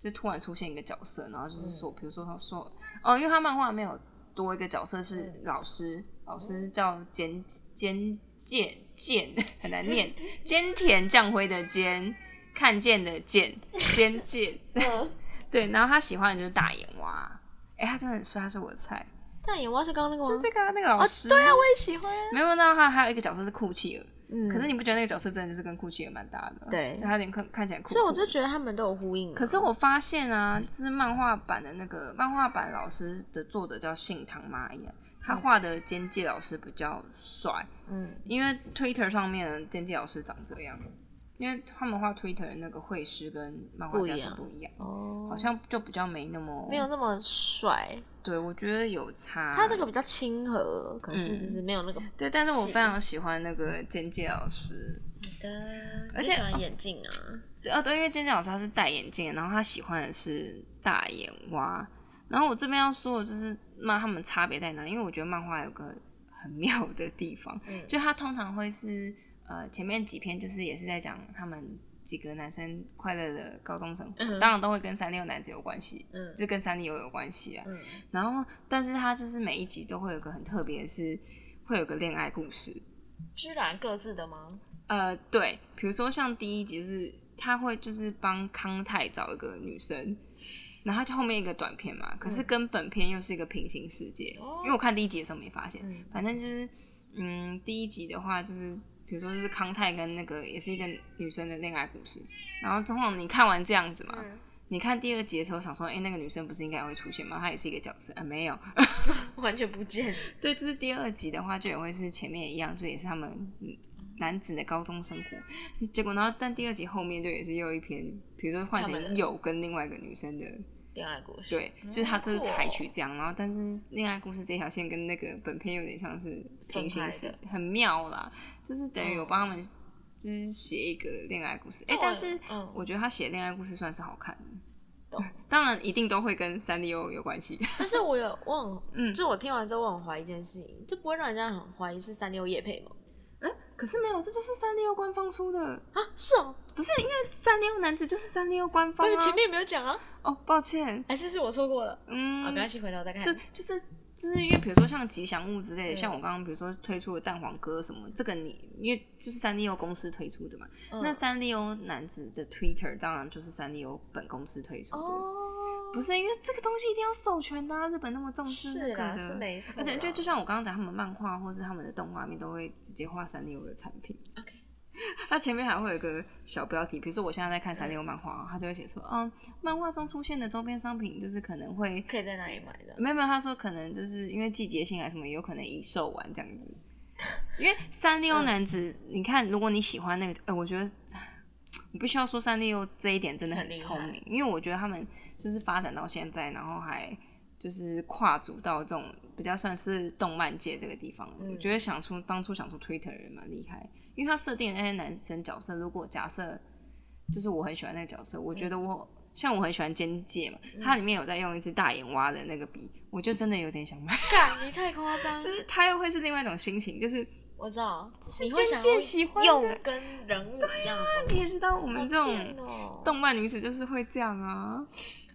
Speaker 1: 就突然出现一个角色，然后就是说，比如说他说哦，因为他漫画没有多一个角色是老师，老师叫简简简简，很难念，菅田将晖的菅，看见的见，菅见。
Speaker 2: 嗯，
Speaker 1: 对，然后他喜欢的就是大眼蛙，哎、他真的很帅，他是我的菜。
Speaker 2: 但眼蛙是刚刚那个
Speaker 1: 就
Speaker 2: 吗？
Speaker 1: 这个、啊、那个老师，
Speaker 2: 对啊，我也喜欢。
Speaker 1: 没有到他还有一个角色是库奇尔，
Speaker 2: 嗯，
Speaker 1: 可是你不觉得那个角色真的就是跟库奇尔蛮搭的？
Speaker 2: 对
Speaker 1: 就他有点看看起来酷酷的。
Speaker 2: 所以我就觉得他们都有呼应啊。
Speaker 1: 可是我发现啊，就是漫画版的那个漫画版老师的作者叫信堂麻也，他画的间介老师比较帅，
Speaker 2: 嗯，
Speaker 1: 因为 Twitter 上面的间介老师长这样，因为他们画 Twitter 的那个绘师跟漫画家是不一样，
Speaker 2: 哦，
Speaker 1: 好像就比较没那么
Speaker 2: 没有。那么帅，
Speaker 1: 对，我觉得有差。
Speaker 2: 他这个比较亲和，可是
Speaker 1: 嗯
Speaker 2: 就是没有那个
Speaker 1: 对，但是我
Speaker 2: 是
Speaker 1: 非常喜欢那个间介老师，
Speaker 2: 的，
Speaker 1: 而且
Speaker 2: 喜欢眼镜啊，
Speaker 1: 啊，对，因为尖尖老师他是戴眼镜，然后他喜欢的是大眼蛙。然后我这边要说的就是漫他们差别在哪，因为我觉得漫画有个很妙的地方，
Speaker 2: 嗯
Speaker 1: 就他通常会是呃前面几篇就是也是在讲他们几个男生快乐的高中生活，
Speaker 2: 嗯
Speaker 1: 当然都会跟三六男子有关系，
Speaker 2: 嗯
Speaker 1: 就跟三丽鸥有关系啊。
Speaker 2: 嗯
Speaker 1: 然后，但是他就是每一集都会有个很特别的是，会有个恋爱故事，
Speaker 2: 居然各自的吗？
Speaker 1: 呃，对，比如说像第一集就是他会就是帮康泰找一个女生，然后他就后面一个短片嘛，可是跟本片又是一个平行世界，
Speaker 2: 嗯哦
Speaker 1: 因为我看第一集的时候没发现，
Speaker 2: 嗯
Speaker 1: 反正就是嗯，第一集的话就是比如说就是康泰跟那个也是一个女生的恋爱故事，然后通常你看完这样子嘛，
Speaker 2: 嗯
Speaker 1: 你看第二集的时候想说，哎、那个女生不是应该也会出现吗？她也是一个角色啊、没有，
Speaker 2: 完全不见。
Speaker 1: 对，就是第二集的话，就也会是前面一样，就也是他们嗯男子的高中生活。结果，然后但第二集后面就也是又一篇，比如说换
Speaker 2: 他们
Speaker 1: 成
Speaker 2: 的
Speaker 1: 有跟另外一个女生的，
Speaker 2: 恋爱故事，哦
Speaker 1: 对，就是他都是采取这样。然后，但是恋爱故事这条线跟那个本片有点像是平行世
Speaker 2: 分
Speaker 1: 界，很妙啦。就是等于
Speaker 2: 哦
Speaker 1: 有帮他们就是写一个恋爱故事，哎、
Speaker 2: 那我
Speaker 1: 但是
Speaker 2: 嗯
Speaker 1: 嗯我觉得他写恋爱故事算是好看的
Speaker 2: 懂。
Speaker 1: 当然，一定都会跟三丽鸥有关系。
Speaker 2: 但是我有我很，
Speaker 1: 嗯
Speaker 2: 就我听完之后我很怀疑一件事情，这不会让人家很怀疑是三六叶配吗？
Speaker 1: 可是没有，这就是三丽鸥官方出的。
Speaker 2: 啊，是哦，
Speaker 1: 不是因为三六男子就是三六官方、
Speaker 2: 但是
Speaker 1: 啊、
Speaker 2: 前面没有讲啊，
Speaker 1: 哦，抱歉，
Speaker 2: 还是是我错过了啊，
Speaker 1: 嗯
Speaker 2: 没，关系，回头再看。
Speaker 1: 就就是就是因为比如说像吉祥物之类的，
Speaker 2: 嗯
Speaker 1: 像我刚刚比如说推出的蛋黄哥什么，这个你因为就是三丽鸥公司推出的嘛，
Speaker 2: 嗯
Speaker 1: 那三丽鸥男子的 Twitter 当然就是三丽鸥本公司推出的，
Speaker 2: 哦，
Speaker 1: 不是因为这个东西一定要授权的、啊，日本那么重视
Speaker 2: 是
Speaker 1: 这个
Speaker 2: 啦，
Speaker 1: 的，
Speaker 2: 是没错啦，
Speaker 1: 而且对，就像我刚刚讲，他们漫画或是他们的动画里面都会直接画三丽鸥的产品。
Speaker 2: OK
Speaker 1: 它前面还会有一个小标题，比如说我现在在看三丽鸥漫画，它就会写说，嗯，漫画中出现的周边商品就是可能会，
Speaker 2: 可以在哪里买的？
Speaker 1: 没有没有，他说可能就是因为季节性还是什么，有可能已售完这样子。因为三丽鸥男子，你看，如果你喜欢那个，呃，我觉得你不需要说三丽鸥这一点真的很
Speaker 2: 很厉害
Speaker 1: 聪明，因为我觉得他们就是发展到现在，然后还就是跨足到这种比较算是动漫界这个地方，
Speaker 2: 嗯
Speaker 1: 我觉得想出当初想出 Twitter 的人蛮厉害，因为他设定的那些男生角色，如果假设就是我很喜欢那个角色，我觉得我。像我很喜欢尖界嘛，它里面有在用一只大眼蛙的那个笔，我就真的有点想 买。
Speaker 2: 干，你太夸张
Speaker 1: 就，是它又会是另外一种心情，就是
Speaker 2: 我知道，你
Speaker 1: 间
Speaker 2: 会想
Speaker 1: 接
Speaker 2: 要
Speaker 1: 喜欢的啊
Speaker 2: 用跟人物一样的
Speaker 1: 你
Speaker 2: 东
Speaker 1: 也
Speaker 2: 西，
Speaker 1: 知道我们这
Speaker 2: 好
Speaker 1: 种
Speaker 2: 贱哦
Speaker 1: 动漫女子就是会这样啊。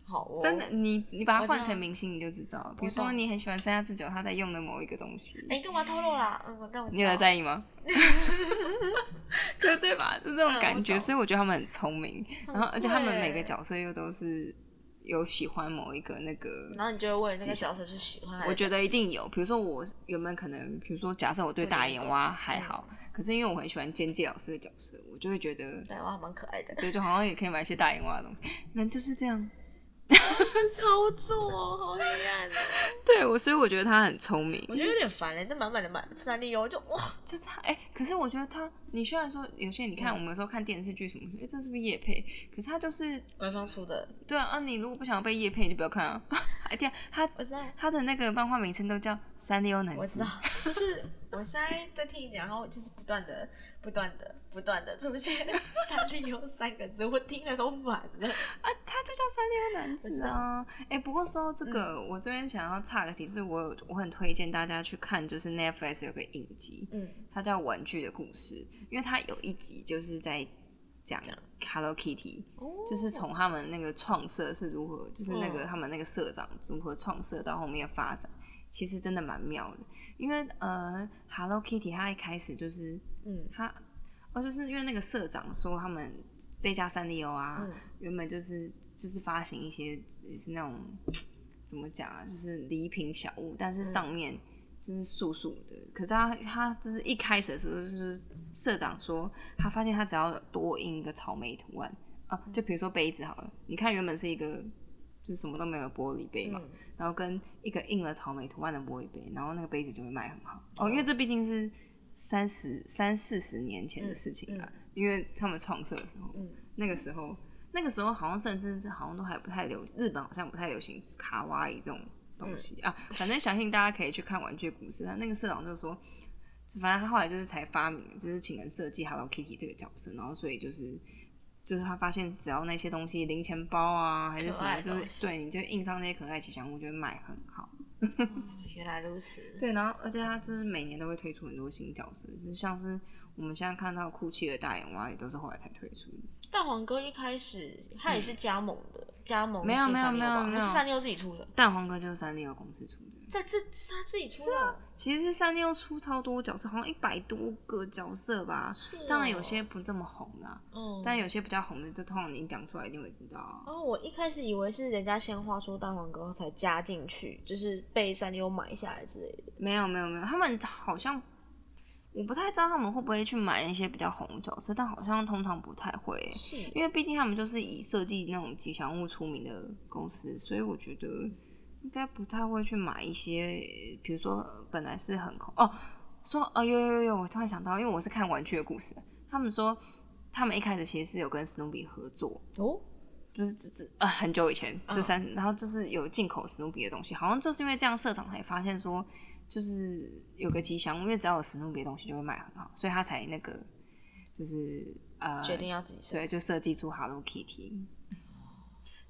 Speaker 2: 好哦，
Speaker 1: 真的，。你你把它
Speaker 2: 我知道
Speaker 1: 换成明星，你就知道了。比如说
Speaker 2: 懂
Speaker 1: 你很喜欢三下智久，他在用的某一个东西，
Speaker 2: 哎，你干嘛透露啦？嗯，我但我知道
Speaker 1: 你有在意吗？对对吧？就这种感
Speaker 2: 嗯
Speaker 1: 觉，
Speaker 2: 我懂
Speaker 1: 哦 所以我哦觉得他们很聪明，然后而且他们
Speaker 2: 对
Speaker 1: 每个角色又都是有喜欢某一个那个。
Speaker 2: 然后你就会为了那个角色去喜欢他的角色，
Speaker 1: 我觉得一定有，比如说我原本可能，比如说假设我对
Speaker 2: 对
Speaker 1: 大
Speaker 2: 对
Speaker 1: 眼
Speaker 2: 对
Speaker 1: 蛙还好，可是因为我很喜欢尖界老师的角色，我就会觉 得，
Speaker 2: 对，我还蛮可爱的，
Speaker 1: 对，就好像也可以买一些大眼蛙的东西。那就是这样，
Speaker 2: 操作哦，好黑暗哦。
Speaker 1: 对我，所以我觉得他很聪明。
Speaker 2: 我觉得有点烦了，这满满的满三丽鸥，就哇，
Speaker 1: 这是哎、可是我觉得他，你虽然说有些你看，
Speaker 2: 嗯
Speaker 1: 我们有时候看电视剧什么，哎、这是不是叶配？可是他就是
Speaker 2: 官方出的，
Speaker 1: 对啊，啊你如果不想要被叶配，你就不要看啊。 哎，对啊，他
Speaker 2: 我知道，
Speaker 1: 他的那个漫画名称都叫《三丽鸥男子》，啊
Speaker 2: 我知道，就是我现在在听你讲，然后就是不断的、不断的、不断的出现三丽鸥三个字，我听了都烦了。
Speaker 1: 啊，他就叫三丽鸥男子啊。哎、不过说到这个，
Speaker 2: 嗯
Speaker 1: 我这边想要岔个题，就是我有我很推荐大家去看，就是 Netflix 有个影集，
Speaker 2: 嗯，
Speaker 1: 它叫《玩具的故事》，因为它有一集就是在讲 Hello Kitty，
Speaker 2: 哦
Speaker 1: 就是从他们那个创社是如何，就是那个
Speaker 2: 嗯
Speaker 1: 他们那个社长如何创社到后面发展，其实真的蛮妙的。因为呃，Hello Kitty 它一开始就是
Speaker 2: 嗯
Speaker 1: 他，哦，就是因为那个社长说他们这家三丽鸥啊，
Speaker 2: 嗯
Speaker 1: 原本就是就是发行一些也是那种怎么讲啊，就是礼品小物，但
Speaker 2: 嗯
Speaker 1: 是上面就是素素的。可是他他就是一开始的时候，就是社长说他发现他只要多印一个草莓图案啊，就比如说杯子好了，你看原本是一个就是什么都没有的玻璃杯嘛，
Speaker 2: 嗯
Speaker 1: 然后跟一个印了草莓图案的玻璃杯，然后那个杯子就会卖很好哦，因为这毕竟是三十三四十年前的事情了、因为他们创社的时候，
Speaker 2: 嗯
Speaker 1: 那个时候那个时候好像甚至是好像都还不太流，日本好像不太流行卡哇伊这种东西、
Speaker 2: 嗯
Speaker 1: 啊，反正相信大家可以去看《玩具故事》，他那个社长就说。反正他后来就是才发明，就是请人设计 Hello Kitty 这个角色，然后所以就是就是他发现只要那些东西零钱包啊还是什
Speaker 2: 可爱
Speaker 1: 么，
Speaker 2: 的
Speaker 1: 就是
Speaker 2: 东西
Speaker 1: 对你就印上那些可爱吉祥物，就会卖很好。
Speaker 2: 原来如此。
Speaker 1: 对，然后而且他就是每年都会推出很多新角色，就是像是我们现在看到哭泣的大眼蛙也都是后来才推出的。
Speaker 2: 蛋黄哥一开始他也是加盟的，加盟
Speaker 1: 没有
Speaker 2: 进
Speaker 1: 没有
Speaker 2: 三六
Speaker 1: 没有
Speaker 2: 吧
Speaker 1: 没
Speaker 2: 还是
Speaker 1: 有
Speaker 2: 三六自己出的，
Speaker 1: 蛋黄哥就是三丽鸥公司出的，
Speaker 2: 在这是他自己出的，
Speaker 1: 其实三丽鸥出超多角色，好像一百多个角色吧。
Speaker 2: 是
Speaker 1: 啊当然
Speaker 2: 哦
Speaker 1: 有些，不这么红啦、
Speaker 2: 嗯，
Speaker 1: 但有些比较红的，就通常你讲出来一定会知道啊。
Speaker 2: 哦，我一开始以为是人家先画出蛋黄哥才加进去，就是被三六买下来之类的。
Speaker 1: 没有没有没有，他们好像我不太知道他们会不会去买那些比较红的角色，但好像通常不太会欸、
Speaker 2: 是，
Speaker 1: 因为毕竟他们就是以设计那种吉祥物出名的公司，所以我觉得应该不太会去买一些，比如说本来是很红哦，说哦有有有，我突然想到，因为我是看《玩具的故事》，他们说他们一开始其实是有跟史努比合作，
Speaker 2: 哦，
Speaker 1: 就是这这啊很久以前这
Speaker 2: 嗯
Speaker 1: 三，然后就是有进口史努比的东西，好像就是因为这样社长才发现说，就是有个吉祥物，因为只要有史努比的东西就会卖很好，所以他才那个就是呃
Speaker 2: 决定要自己设
Speaker 1: 所以就设计出 Hello Kitty。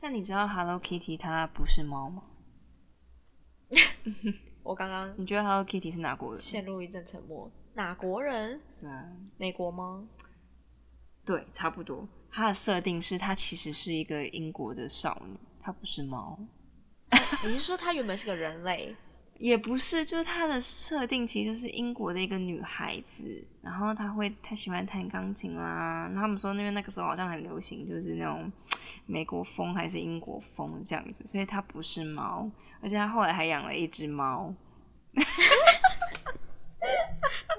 Speaker 1: 但你知道 Hello Kitty 它不是猫吗？
Speaker 2: 我刚刚
Speaker 1: 你觉得 Hello Kitty 是哪国人？
Speaker 2: 陷入一阵沉默。哪国人？
Speaker 1: 对啊，
Speaker 2: 美国 吗？
Speaker 1: 对，差不多。它的设定是它其实是一个英国的少女，它不是猫，
Speaker 2: 你是说他原本是个人类？
Speaker 1: 也不是，就是它的设定其实就是英国的一个女孩子，然后她会她喜欢弹钢琴啦。然后他们说，因为那个时候好像很流行，就是那种美国风还是英国风这样子，所以它不是猫，而且她后来还养了一只猫。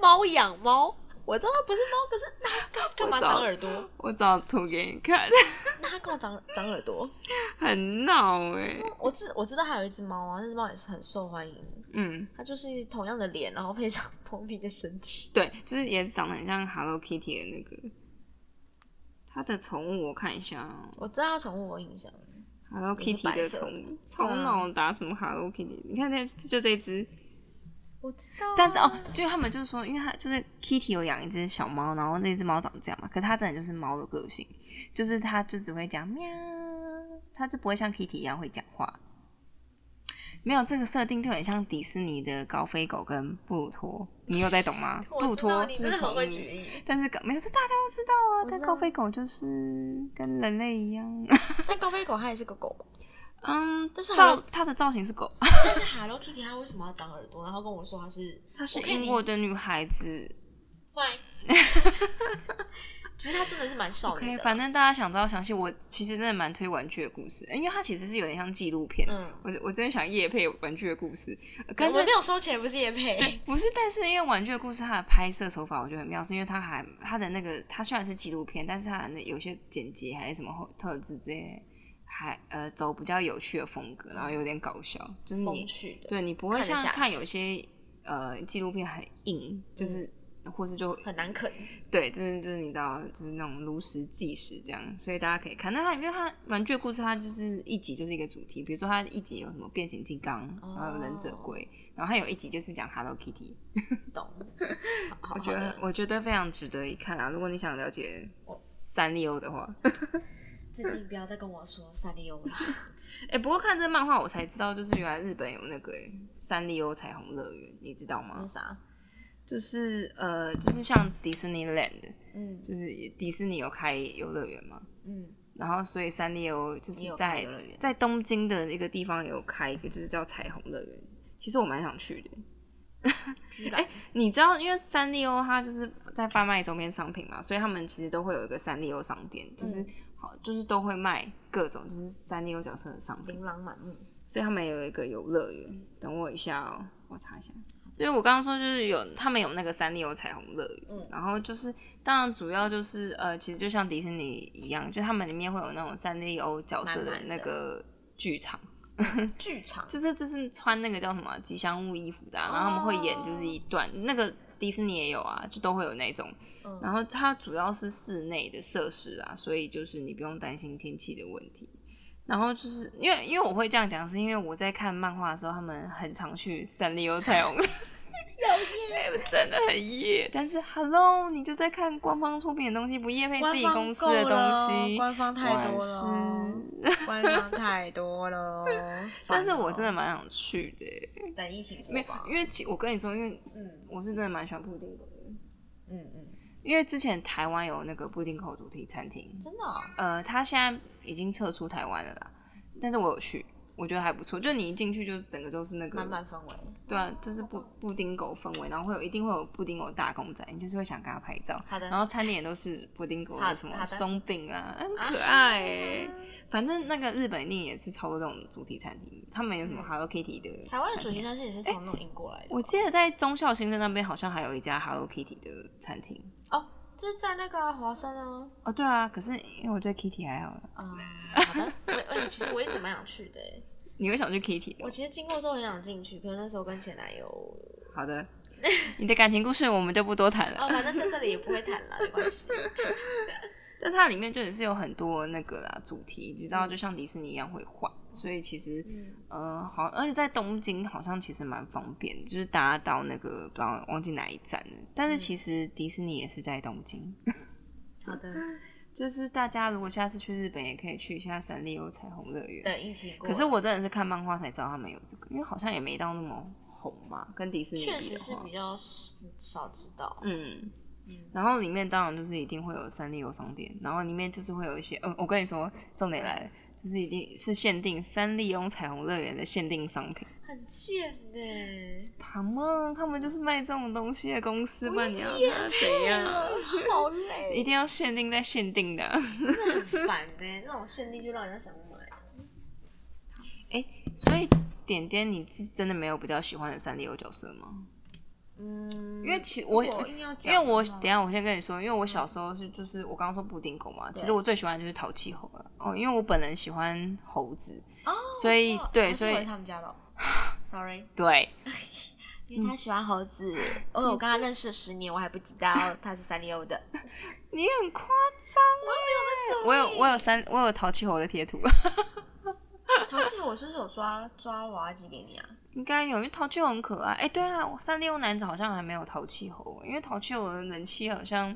Speaker 2: 猫养猫？我知道它不是猫，可是那干干嘛
Speaker 1: 我知道
Speaker 2: 长耳朵？
Speaker 1: 我找图给你看，
Speaker 2: 那它干嘛长长耳朵？
Speaker 1: 很闹哎、
Speaker 2: 我知我知道还有一只猫啊，那只猫也是很受欢迎。
Speaker 1: 嗯，
Speaker 2: 它就是同样的脸，然后配上蜂蜜的身体。
Speaker 1: 对，就是也长得很像 Hello Kitty 的那个。它的宠物我看一下、哦、
Speaker 2: 我知道它宠物我有印象，
Speaker 1: ，Hello
Speaker 2: 也是
Speaker 1: Kitty
Speaker 2: 白
Speaker 1: 的
Speaker 2: 色的
Speaker 1: 宠物超闹打什么 Hello Kitty？你看那就这只，
Speaker 2: 我知道啊。
Speaker 1: 但是哦，就他们就是说，因为他就是 Kitty 有养一只小猫，然后那只猫长这样嘛，可它真的就是猫的个性，就是它就只会讲喵，它就不会像 Kitty 一样会讲话。没有这个设定就很像迪士尼的高飞狗跟布鲁托，你有在懂吗
Speaker 2: ？我知道
Speaker 1: 布鲁托
Speaker 2: 你
Speaker 1: 就
Speaker 2: 真
Speaker 1: 是
Speaker 2: 的
Speaker 1: 宠
Speaker 2: 很
Speaker 1: 物，
Speaker 2: 会举 例。
Speaker 1: 但是狗没有，这大家都知道啊。
Speaker 2: 我知道
Speaker 1: 但高飞狗就是跟人类一样，
Speaker 2: 但高飞狗它也是个狗嘛，
Speaker 1: 嗯，
Speaker 2: 但是
Speaker 1: 造
Speaker 2: 好
Speaker 1: 它的造型是狗，啊
Speaker 2: 但是 Hello Kitty 它为什么要长耳朵？然后跟我说它是
Speaker 1: 它是
Speaker 2: 我可以
Speaker 1: 英国的女孩子，
Speaker 2: fine。其实它真的是蛮少
Speaker 1: OK，
Speaker 2: 女的。
Speaker 1: 反正大家想知道详细，我其实真的蛮推《玩具的故事》，因为它其实是有点像纪录片。
Speaker 2: 嗯
Speaker 1: 我我真的想夜配《玩具的故事》，但
Speaker 2: 我
Speaker 1: 是
Speaker 2: 们没有收钱，不是也配。
Speaker 1: 不是？但是因为《玩具的故事》它的拍摄手法我觉得很妙，是因为它还它的那个它虽然是纪录片，但是它的那有些剪辑还是什么后特质这些，还呃走比较有趣的风格，然后有点搞笑，就是你
Speaker 2: 风趣的，
Speaker 1: 对你不会
Speaker 2: 看得
Speaker 1: 像
Speaker 2: 下
Speaker 1: 看
Speaker 2: 去
Speaker 1: 有些呃纪录片很硬，就是、或是就
Speaker 2: 嗯很难啃。
Speaker 1: 对，就是就是你知道，就是那种如实纪实这样，所以大家可以看。那它因为它玩具的故事，它就是一集就是一个主题，比如说它一集有什么变形金刚，
Speaker 2: 哦
Speaker 1: 然后有忍者龟，然后它有一集就是讲 Hello Kitty。
Speaker 2: 懂。好
Speaker 1: 我觉
Speaker 2: 好
Speaker 1: 得
Speaker 2: 的
Speaker 1: 我觉得非常值得一看啊！如果你想了解三丽鸥的话，
Speaker 2: 最近不要再跟我说三丽鸥了。
Speaker 1: 哎、不过看这漫画我才知道，就是原来日本有那个欸三丽鸥彩虹乐园，你知道吗
Speaker 2: 为？啥？
Speaker 1: 就是呃，就是像迪士尼 land，
Speaker 2: 嗯
Speaker 1: 就是迪士尼有开游乐园嘛，
Speaker 2: 嗯，
Speaker 1: 然后所以三丽鸥就
Speaker 2: 也
Speaker 1: 是
Speaker 2: 有开
Speaker 1: 在
Speaker 2: 游乐园
Speaker 1: 在东京的一个地方有开一个，就是叫彩虹乐园。其实我蛮想去的。
Speaker 2: 哎、
Speaker 1: 你知道，因为三丽鸥它就是在贩卖周边商品嘛，所以他们其实都会有一个三丽鸥商店，就是、
Speaker 2: 嗯
Speaker 1: 好就是都会卖各种就是三丽鸥角色的商品，
Speaker 2: 琳琅满目。
Speaker 1: 所以他们有一个游乐园。等我一下哦、我查一下。对，我刚刚说就是有他们有那个三丽鸥彩虹乐园，
Speaker 2: 嗯
Speaker 1: 然后就是当然主要就是呃，其实就像迪士尼一样，就他们里面会有那种三丽鸥角色的
Speaker 2: 满满的
Speaker 1: 那个剧场，
Speaker 2: 剧场
Speaker 1: 就是就是穿那个叫什么啊吉祥物衣服的啊、然后他们会演就是一段那个。迪士尼也有啊，就都会有那种，
Speaker 2: 嗯
Speaker 1: 然后它主要是室内的设施啊，所以就是你不用担心天气的问题。然后就是因为因为我会这样讲，是因为我在看漫画的时候，他们很常去三丽鸥彩虹 真的很夜。但是 Hello，你就在看官方出品的东西，不夜配自己公司的东西。
Speaker 2: 官方太多了，官方太多了。
Speaker 1: 但是我真
Speaker 2: 的
Speaker 1: 的蛮想去的耶，
Speaker 2: 等疫情
Speaker 1: 没
Speaker 2: 过
Speaker 1: 有
Speaker 2: 吧，，
Speaker 1: 因为其我跟你说，因为
Speaker 2: 嗯
Speaker 1: 我是真的蛮喜欢布丁狗的，
Speaker 2: 嗯嗯，
Speaker 1: 因为之前台湾有那个布丁狗主题餐厅，
Speaker 2: 真的哦
Speaker 1: 呃，他现在已经撤出台湾了啦，但是我有去，我觉得还不错。就你一进去，就整个都是那个，
Speaker 2: 满满氛围。
Speaker 1: 对啊，就是布布丁狗氛围，然后会有一定会有布丁狗大公仔，你就是会想跟他拍照。
Speaker 2: 好的
Speaker 1: 然后餐点也都是布丁狗
Speaker 2: 好
Speaker 1: 的什
Speaker 2: 好
Speaker 1: 么
Speaker 2: 的
Speaker 1: 松饼啊，很可爱、欸。反正那个日本一定也是超多这种主题餐厅，他们有什么 Hello Kitty 的
Speaker 2: 嗯台湾的
Speaker 1: 餐
Speaker 2: 主题
Speaker 1: 厅
Speaker 2: 餐厅也是从那种引过来的吧，
Speaker 1: 哎我记得在忠孝新生那边好像还有一家 Hello Kitty 的餐厅。
Speaker 2: 哦，就是在那个啊华山啊。
Speaker 1: 哦，对啊，可是因为我对 Kitty 还好，
Speaker 2: 嗯，好 的，我我其实我一直蛮想去的欸，
Speaker 1: 你会想去 Kitty 的
Speaker 2: 我
Speaker 1: 哦？
Speaker 2: 其实经过之后很想进去，可是那时候跟前男友，
Speaker 1: 好的，你的感情故事我们就不多谈了。
Speaker 2: 哦，反正在这里也不会谈了，没关系。
Speaker 1: 但它里面就也是有很多那个啦主题，你知道，就像迪士尼一样会换，所以其实
Speaker 2: 嗯，
Speaker 1: 呃好，而且在东京好像其实蛮方便，就是搭到那个不知道忘记哪一站了。但是其实迪士尼也是在东京，
Speaker 2: 好的，
Speaker 1: 就是大家如果下次去日本也可以去一下三丽鸥彩虹乐园。
Speaker 2: 等疫情过
Speaker 1: 可
Speaker 2: 了，
Speaker 1: 是我真的是看漫画才知道他们有这个，因为好像也没到那么红嘛，跟迪士尼
Speaker 2: 确
Speaker 1: 比
Speaker 2: 实
Speaker 1: 的
Speaker 2: 是
Speaker 1: 话
Speaker 2: 比，较少知道。
Speaker 1: 嗯。
Speaker 2: 嗯，
Speaker 1: 然后里面当然就是一定会有三丽鸥商店，然后里面就是会有一些，呃，我跟你说，重点来了，就是一定是限定三丽鸥彩虹乐园的限定商品。
Speaker 2: 很贱呢、
Speaker 1: 旁嘛，他们就是卖这种东西的公司嘛，你要拿怎样？啊
Speaker 2: 好累，
Speaker 1: 一定要限定在限定的。
Speaker 2: 很烦呢、那种限定就让人家想买。
Speaker 1: 所以点点，你是真的没有比较喜欢的三丽鸥角色吗？
Speaker 2: 嗯，
Speaker 1: 因为其我
Speaker 2: 如果硬要
Speaker 1: 因
Speaker 2: 讲
Speaker 1: 为
Speaker 2: 的话，
Speaker 1: 我等一下我先跟你说，因为我小时候
Speaker 2: 嗯
Speaker 1: 是就是我刚刚说布丁狗嘛，其实我最喜欢的就是淘气猴了。哦，因为我本人喜欢猴子，
Speaker 2: 哦，
Speaker 1: 所以
Speaker 2: 我知道
Speaker 1: 对
Speaker 2: 我是
Speaker 1: 所以
Speaker 2: 回他 们家的哦，sorry，哦
Speaker 1: 对，
Speaker 2: 因为他喜欢猴子，我我跟他认识了十年，我还不知道他是三丽 鸥的。
Speaker 1: 你很夸张、欸，我有我有三我有淘气猴的贴图，
Speaker 2: 淘气，我是不是有抓抓娃娃机给你啊？
Speaker 1: 应该有，因为淘气猴很可爱。哎、对啊，三六男子好像还没有淘气猴，因为淘气猴的人气好像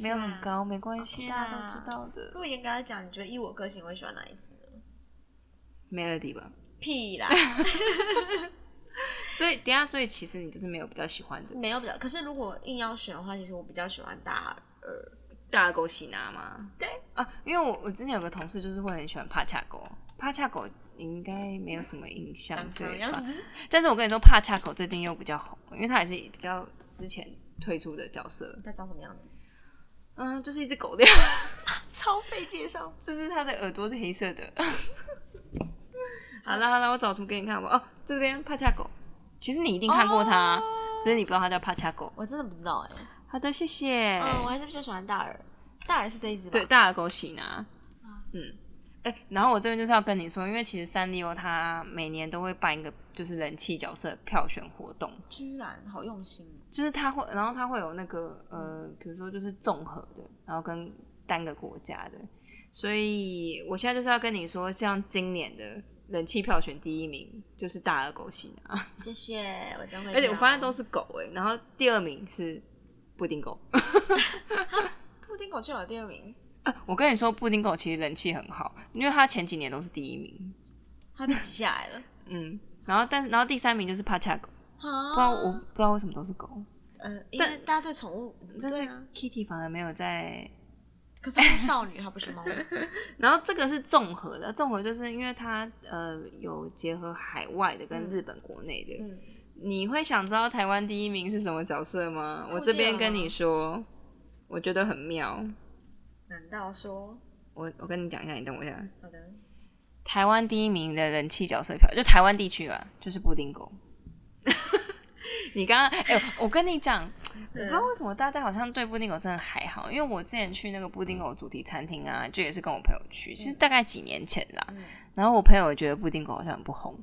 Speaker 1: 没有很。高，没关系，
Speaker 2: OK
Speaker 1: 大
Speaker 2: 啦
Speaker 1: 家都知道的
Speaker 2: 啊如。果严格来讲，你觉得依我个性，我会喜欢哪一只呢？
Speaker 1: Melody 吧，
Speaker 2: 屁啦，
Speaker 1: 所以等一下，所以其实你就是没有比较喜欢的
Speaker 2: 没有比较。可是如果硬要选的话，其实我比较喜欢大耳。
Speaker 1: 大狗喜拿吗？
Speaker 2: 对
Speaker 1: 啊，因为我我之前有个同事就是会很喜欢帕恰狗，帕恰狗你应该没有什么印象
Speaker 2: 长什么
Speaker 1: 对
Speaker 2: 样
Speaker 1: 吧？
Speaker 2: 子？
Speaker 1: 但是我跟你说，帕恰狗最近又比较红，因为它也是比较之前推出的角色，
Speaker 2: 它长什么样子？
Speaker 1: 嗯，就是一只狗的样子，超费介绍。就是它的耳朵是黑色的。 好啦好啦，我找图给你看吧。哦，这边帕恰狗，其实你一定看过它，只是你不知道它叫帕恰狗。
Speaker 2: 我真的不知道哎、
Speaker 1: 好的，谢谢。
Speaker 2: 嗯，我还是比较喜欢大耳。大耳是这一只吧？
Speaker 1: 哎对，，大耳狗喜拿。嗯，哎、然后我这边就是要跟你说，因为其实三丽鸥它每年都会办一个就是人气角色票选活动，
Speaker 2: 居然好用心。
Speaker 1: 就是它会，然后它会有那个呃，比如说就是综合的，然后跟单个国家的，所以我现在就是要跟你说，像今年的人气票选第一名就是大耳狗西拿，
Speaker 2: 谢谢，我真会。
Speaker 1: 而且我发现都是狗哎、然后第二名是布丁狗。
Speaker 2: 布丁狗就有第二名，
Speaker 1: 啊我跟你说，布丁狗其实人气很好，因为它前几年都是第一名，
Speaker 2: 它被挤下来 了。
Speaker 1: 嗯，然后但然后第三名就是帕恰狗，不
Speaker 2: 啊
Speaker 1: 知道我不知道为什么都是狗，
Speaker 2: 呃，因为大家对宠物，
Speaker 1: 但
Speaker 2: 对
Speaker 1: 是
Speaker 2: 啊，
Speaker 1: Kitty 反而没有在
Speaker 2: 可是它是少女，它不 是猫。
Speaker 1: 然后这个是综合的，综合就是因为它呃有结合海外的跟日本国内的。
Speaker 2: 嗯，
Speaker 1: 你会想知道台湾第一名是什么角色吗？
Speaker 2: 富士
Speaker 1: 我这边
Speaker 2: 郎
Speaker 1: 跟
Speaker 2: 吗
Speaker 1: 你说，我觉得很妙。
Speaker 2: 难道说
Speaker 1: 我我跟你讲一下，你等我一下。
Speaker 2: 好的？
Speaker 1: 台湾第一名的人气角色票，就台湾地区啊，就是布丁狗。 你刚刚哎，我跟你讲，我不
Speaker 2: 嗯
Speaker 1: 知道为什么大家好像对布丁狗真的还好，因为我之前去那个布丁
Speaker 2: 嗯
Speaker 1: 狗主题餐厅啊，就也是跟我朋友去，其实大概几年前啦。
Speaker 2: 嗯
Speaker 1: 然后我朋友觉得布丁狗好像很不红，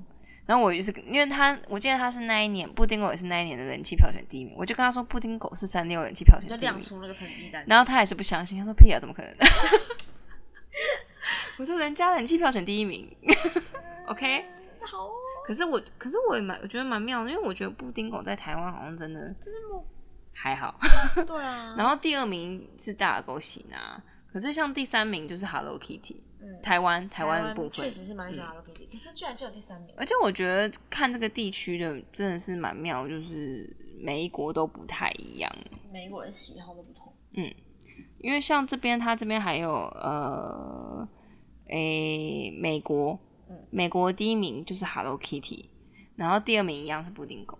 Speaker 1: 然后我就是因为他，我记得他是那一年布丁狗也是那一年的人气票选第一名，我就跟他说布丁狗是三六人气票选
Speaker 2: 你就
Speaker 1: 第一
Speaker 2: 亮
Speaker 1: 名，
Speaker 2: 出那个成绩单。
Speaker 1: 然后他也是不相信，他说屁啊，怎么可能？ 我说人家人气票选第一名，OK。
Speaker 2: 好哦，
Speaker 1: 可是我，可是我也蛮，我觉得蛮妙的，因为我觉得布丁狗在台湾好像真的
Speaker 2: 就是木，
Speaker 1: 还好。
Speaker 2: 对啊，
Speaker 1: 然后第二名是大狗喜拿，可是像第三名就是 Hello Kitty，
Speaker 2: 嗯
Speaker 1: 台湾台湾的
Speaker 2: 湾嗯
Speaker 1: 部分
Speaker 2: 确实是蛮喜欢 Hello Kitty，可是居然只有第三名，
Speaker 1: 而且我觉得看这个地区的真的是蛮妙，就是每一国都不太一样。
Speaker 2: 每个人喜好都不同。
Speaker 1: 因为像这边，它这边还有呃，诶、美国
Speaker 2: 嗯，
Speaker 1: 美国第一名就是 Hello Kitty，然后第二名一样是布丁狗，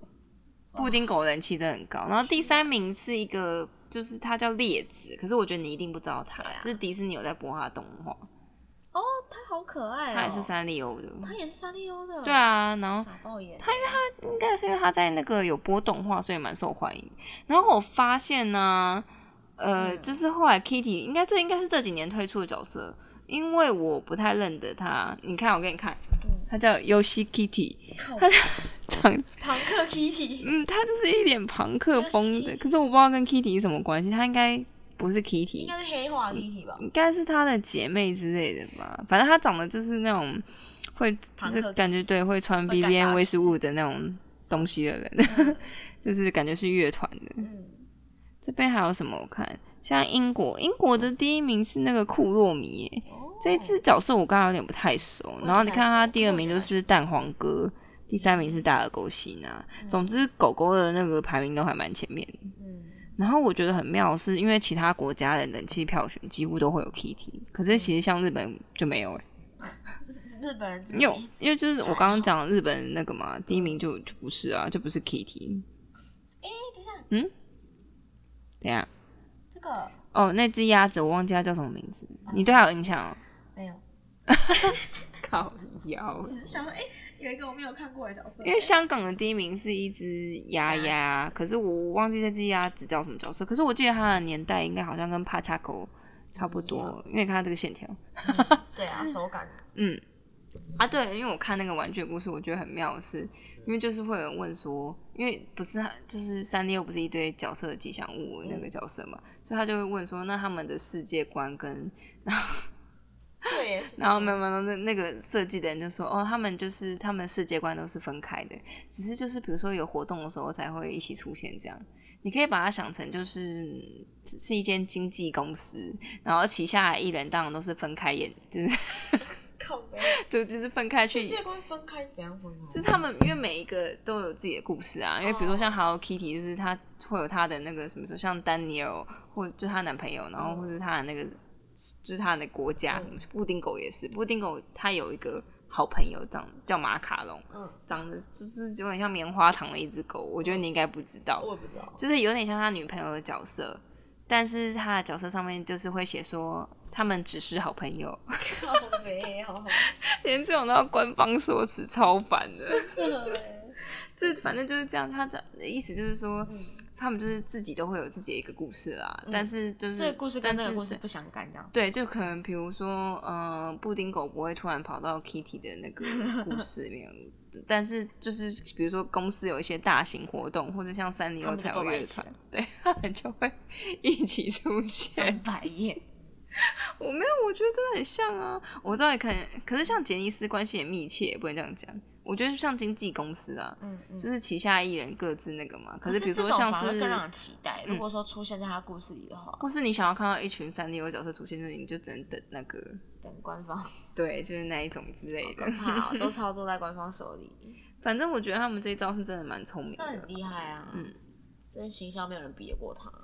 Speaker 2: 哦
Speaker 1: 布丁狗人气真的很高，然后第三名是一个，就是它叫列子，可是我觉得你一定不知道它，
Speaker 2: 谁啊
Speaker 1: 就是迪士尼有在播它的动画，
Speaker 2: 哦，他好可爱、哦，啊
Speaker 1: 它也是，三丽鸥的，
Speaker 2: 他也是三丽鸥的，
Speaker 1: 对，啊，然后
Speaker 2: 傻爆眼，他因为
Speaker 1: 应该是因为他在那个有播动画，所以蛮受欢迎。然后我发现呢、呃，
Speaker 2: 嗯
Speaker 1: 就是后来 Kitty 应该这应该是这几年推出的角色，因为我不太认得他。你看，我给你看，他叫游戏 Kitty，
Speaker 2: 嗯靠
Speaker 1: 长
Speaker 2: 庞克 Kitty，
Speaker 1: 嗯，他就是一脸朋克风的，
Speaker 2: Yoshi
Speaker 1: 可是我不知道跟 Kitty 是什么关系，他应该不是
Speaker 2: 应
Speaker 1: Kitty，
Speaker 2: 该是黑化 Kitty 吧？
Speaker 1: 应该是他的姐妹之类的吧。反正他长得就是那种会，就
Speaker 2: 朋
Speaker 1: 是
Speaker 2: 克
Speaker 1: 感觉对会穿
Speaker 2: 会干
Speaker 1: BBN
Speaker 2: 大
Speaker 1: 威
Speaker 2: 事
Speaker 1: 斯物的那种东西的人， 就是感觉是乐团的。
Speaker 2: 嗯，
Speaker 1: 这边还有什么？我看像英国，英国的第一名是那个库洛米耶，
Speaker 2: 哦
Speaker 1: 这一次角色我刚刚有点不太熟。
Speaker 2: 也不太熟
Speaker 1: 然后你看他第二名就是蛋黄哥，第三名是大耳狗西娜。总之，狗狗的那个排名都还蛮前面的。
Speaker 2: 嗯，
Speaker 1: 然后我觉得很妙的是，因为其他国家的人气票选几乎都会有 Kitty，可是其实像日本就没有哎、
Speaker 2: 日本人自己
Speaker 1: 因为因为就是我刚刚讲的日本那个嘛，第一名就就不是啊，就不是 Kitty。哎、等一下，嗯，等一下。
Speaker 2: 这个
Speaker 1: 哦，那只鸭子我忘记它叫什么名字，你对它有印象、哦？
Speaker 2: 没有，
Speaker 1: 靠腰，
Speaker 2: 只是想说，哎、有一个我没有看过的角色，
Speaker 1: 因为香港的第一名是一只鸭鸭，可是我忘记这只鸭子叫什么角色，可是我记得它的年代应该好像跟帕恰狗差不多，因为看它这个线条，
Speaker 2: 对啊，手感
Speaker 1: 嗯。啊，对，因为我看那个玩具的故事，我觉得很妙的是，因为就是会有人问说，因为不是就是三 D 又不是一堆角色的吉祥物那个角色嘛，所以他就会问说，那他们的世界观跟
Speaker 2: 对 耶，是
Speaker 1: 然后慢慢的那那个设计的人就说，哦，他们就是他们的世界观都是分开的，只是就是比如说有活动的时候才会一起出现这样。你可以把它想成就是是一间经纪公司，然后旗下的艺人当然都是分开演， 就是
Speaker 2: 靠背，
Speaker 1: 就就是分开去
Speaker 2: 世界观分开是怎样分啊开？
Speaker 1: 就是他们，因为每一个都有自己的故事啊。因为比如说
Speaker 2: 哦
Speaker 1: 像 Hello Kitty，就是她会有她的那个什么时候，像丹尼尔或就她男朋友，然后或是她的那个就是她的国家。
Speaker 2: 嗯
Speaker 1: 布丁狗也是，布丁狗它有一个好朋友长叫马卡龙，
Speaker 2: 嗯，
Speaker 1: 长得就是有点像棉花糖的一只狗。我觉得你应该不知道，
Speaker 2: 我也不知道，
Speaker 1: 就是有点像他女朋友的角色，但是他的角色上面就是会写说他们只是好朋友，
Speaker 2: 靠背，好 好，
Speaker 1: 连这种都要官方说辞，超烦的。
Speaker 2: 真的耶
Speaker 1: 这反正就是这样，他的意思就是说，
Speaker 2: 嗯
Speaker 1: 他们就是自己都会有自己的一个故事啦，
Speaker 2: 嗯
Speaker 1: 但是就是
Speaker 2: 这个故事跟
Speaker 1: 但
Speaker 2: 这
Speaker 1: 是
Speaker 2: 个故事不相干，这样
Speaker 1: 对，就可能比如说，呃，布丁狗不会突然跑到 Kitty 的那个 故事里面，但是就是比如说公司有一些大型活动，或者像三零
Speaker 2: 他
Speaker 1: 有
Speaker 2: 们就
Speaker 1: 彩有
Speaker 2: 坐在
Speaker 1: 乐
Speaker 2: 一起
Speaker 1: 团，对他们就会一起出现。
Speaker 2: 翻白眼，
Speaker 1: 我没有，我觉得真的很像啊。我知道也可能，可是像杰尼斯关系也密切，不能这样讲。我觉得像经纪公司啊，
Speaker 2: 嗯嗯。
Speaker 1: 就是旗下艺人各自那个嘛。可
Speaker 2: 可
Speaker 1: 是比如说
Speaker 2: 这种
Speaker 1: 像
Speaker 2: 反而
Speaker 1: 是，嗯
Speaker 2: 更让人期待。如果说出现在他故事里的话，
Speaker 1: 或是你想要看到一群三 D 有角色出现，就是你就只能等那个，
Speaker 2: 等官方，
Speaker 1: 对，就是那一种之类的
Speaker 2: 可。怕、哦，都操作在官方手里，
Speaker 1: 反正我觉得他们这一招是真的蛮聪明
Speaker 2: 那
Speaker 1: 的
Speaker 2: 很。厉害啊！
Speaker 1: 嗯，
Speaker 2: 真的行销没有人比得过他。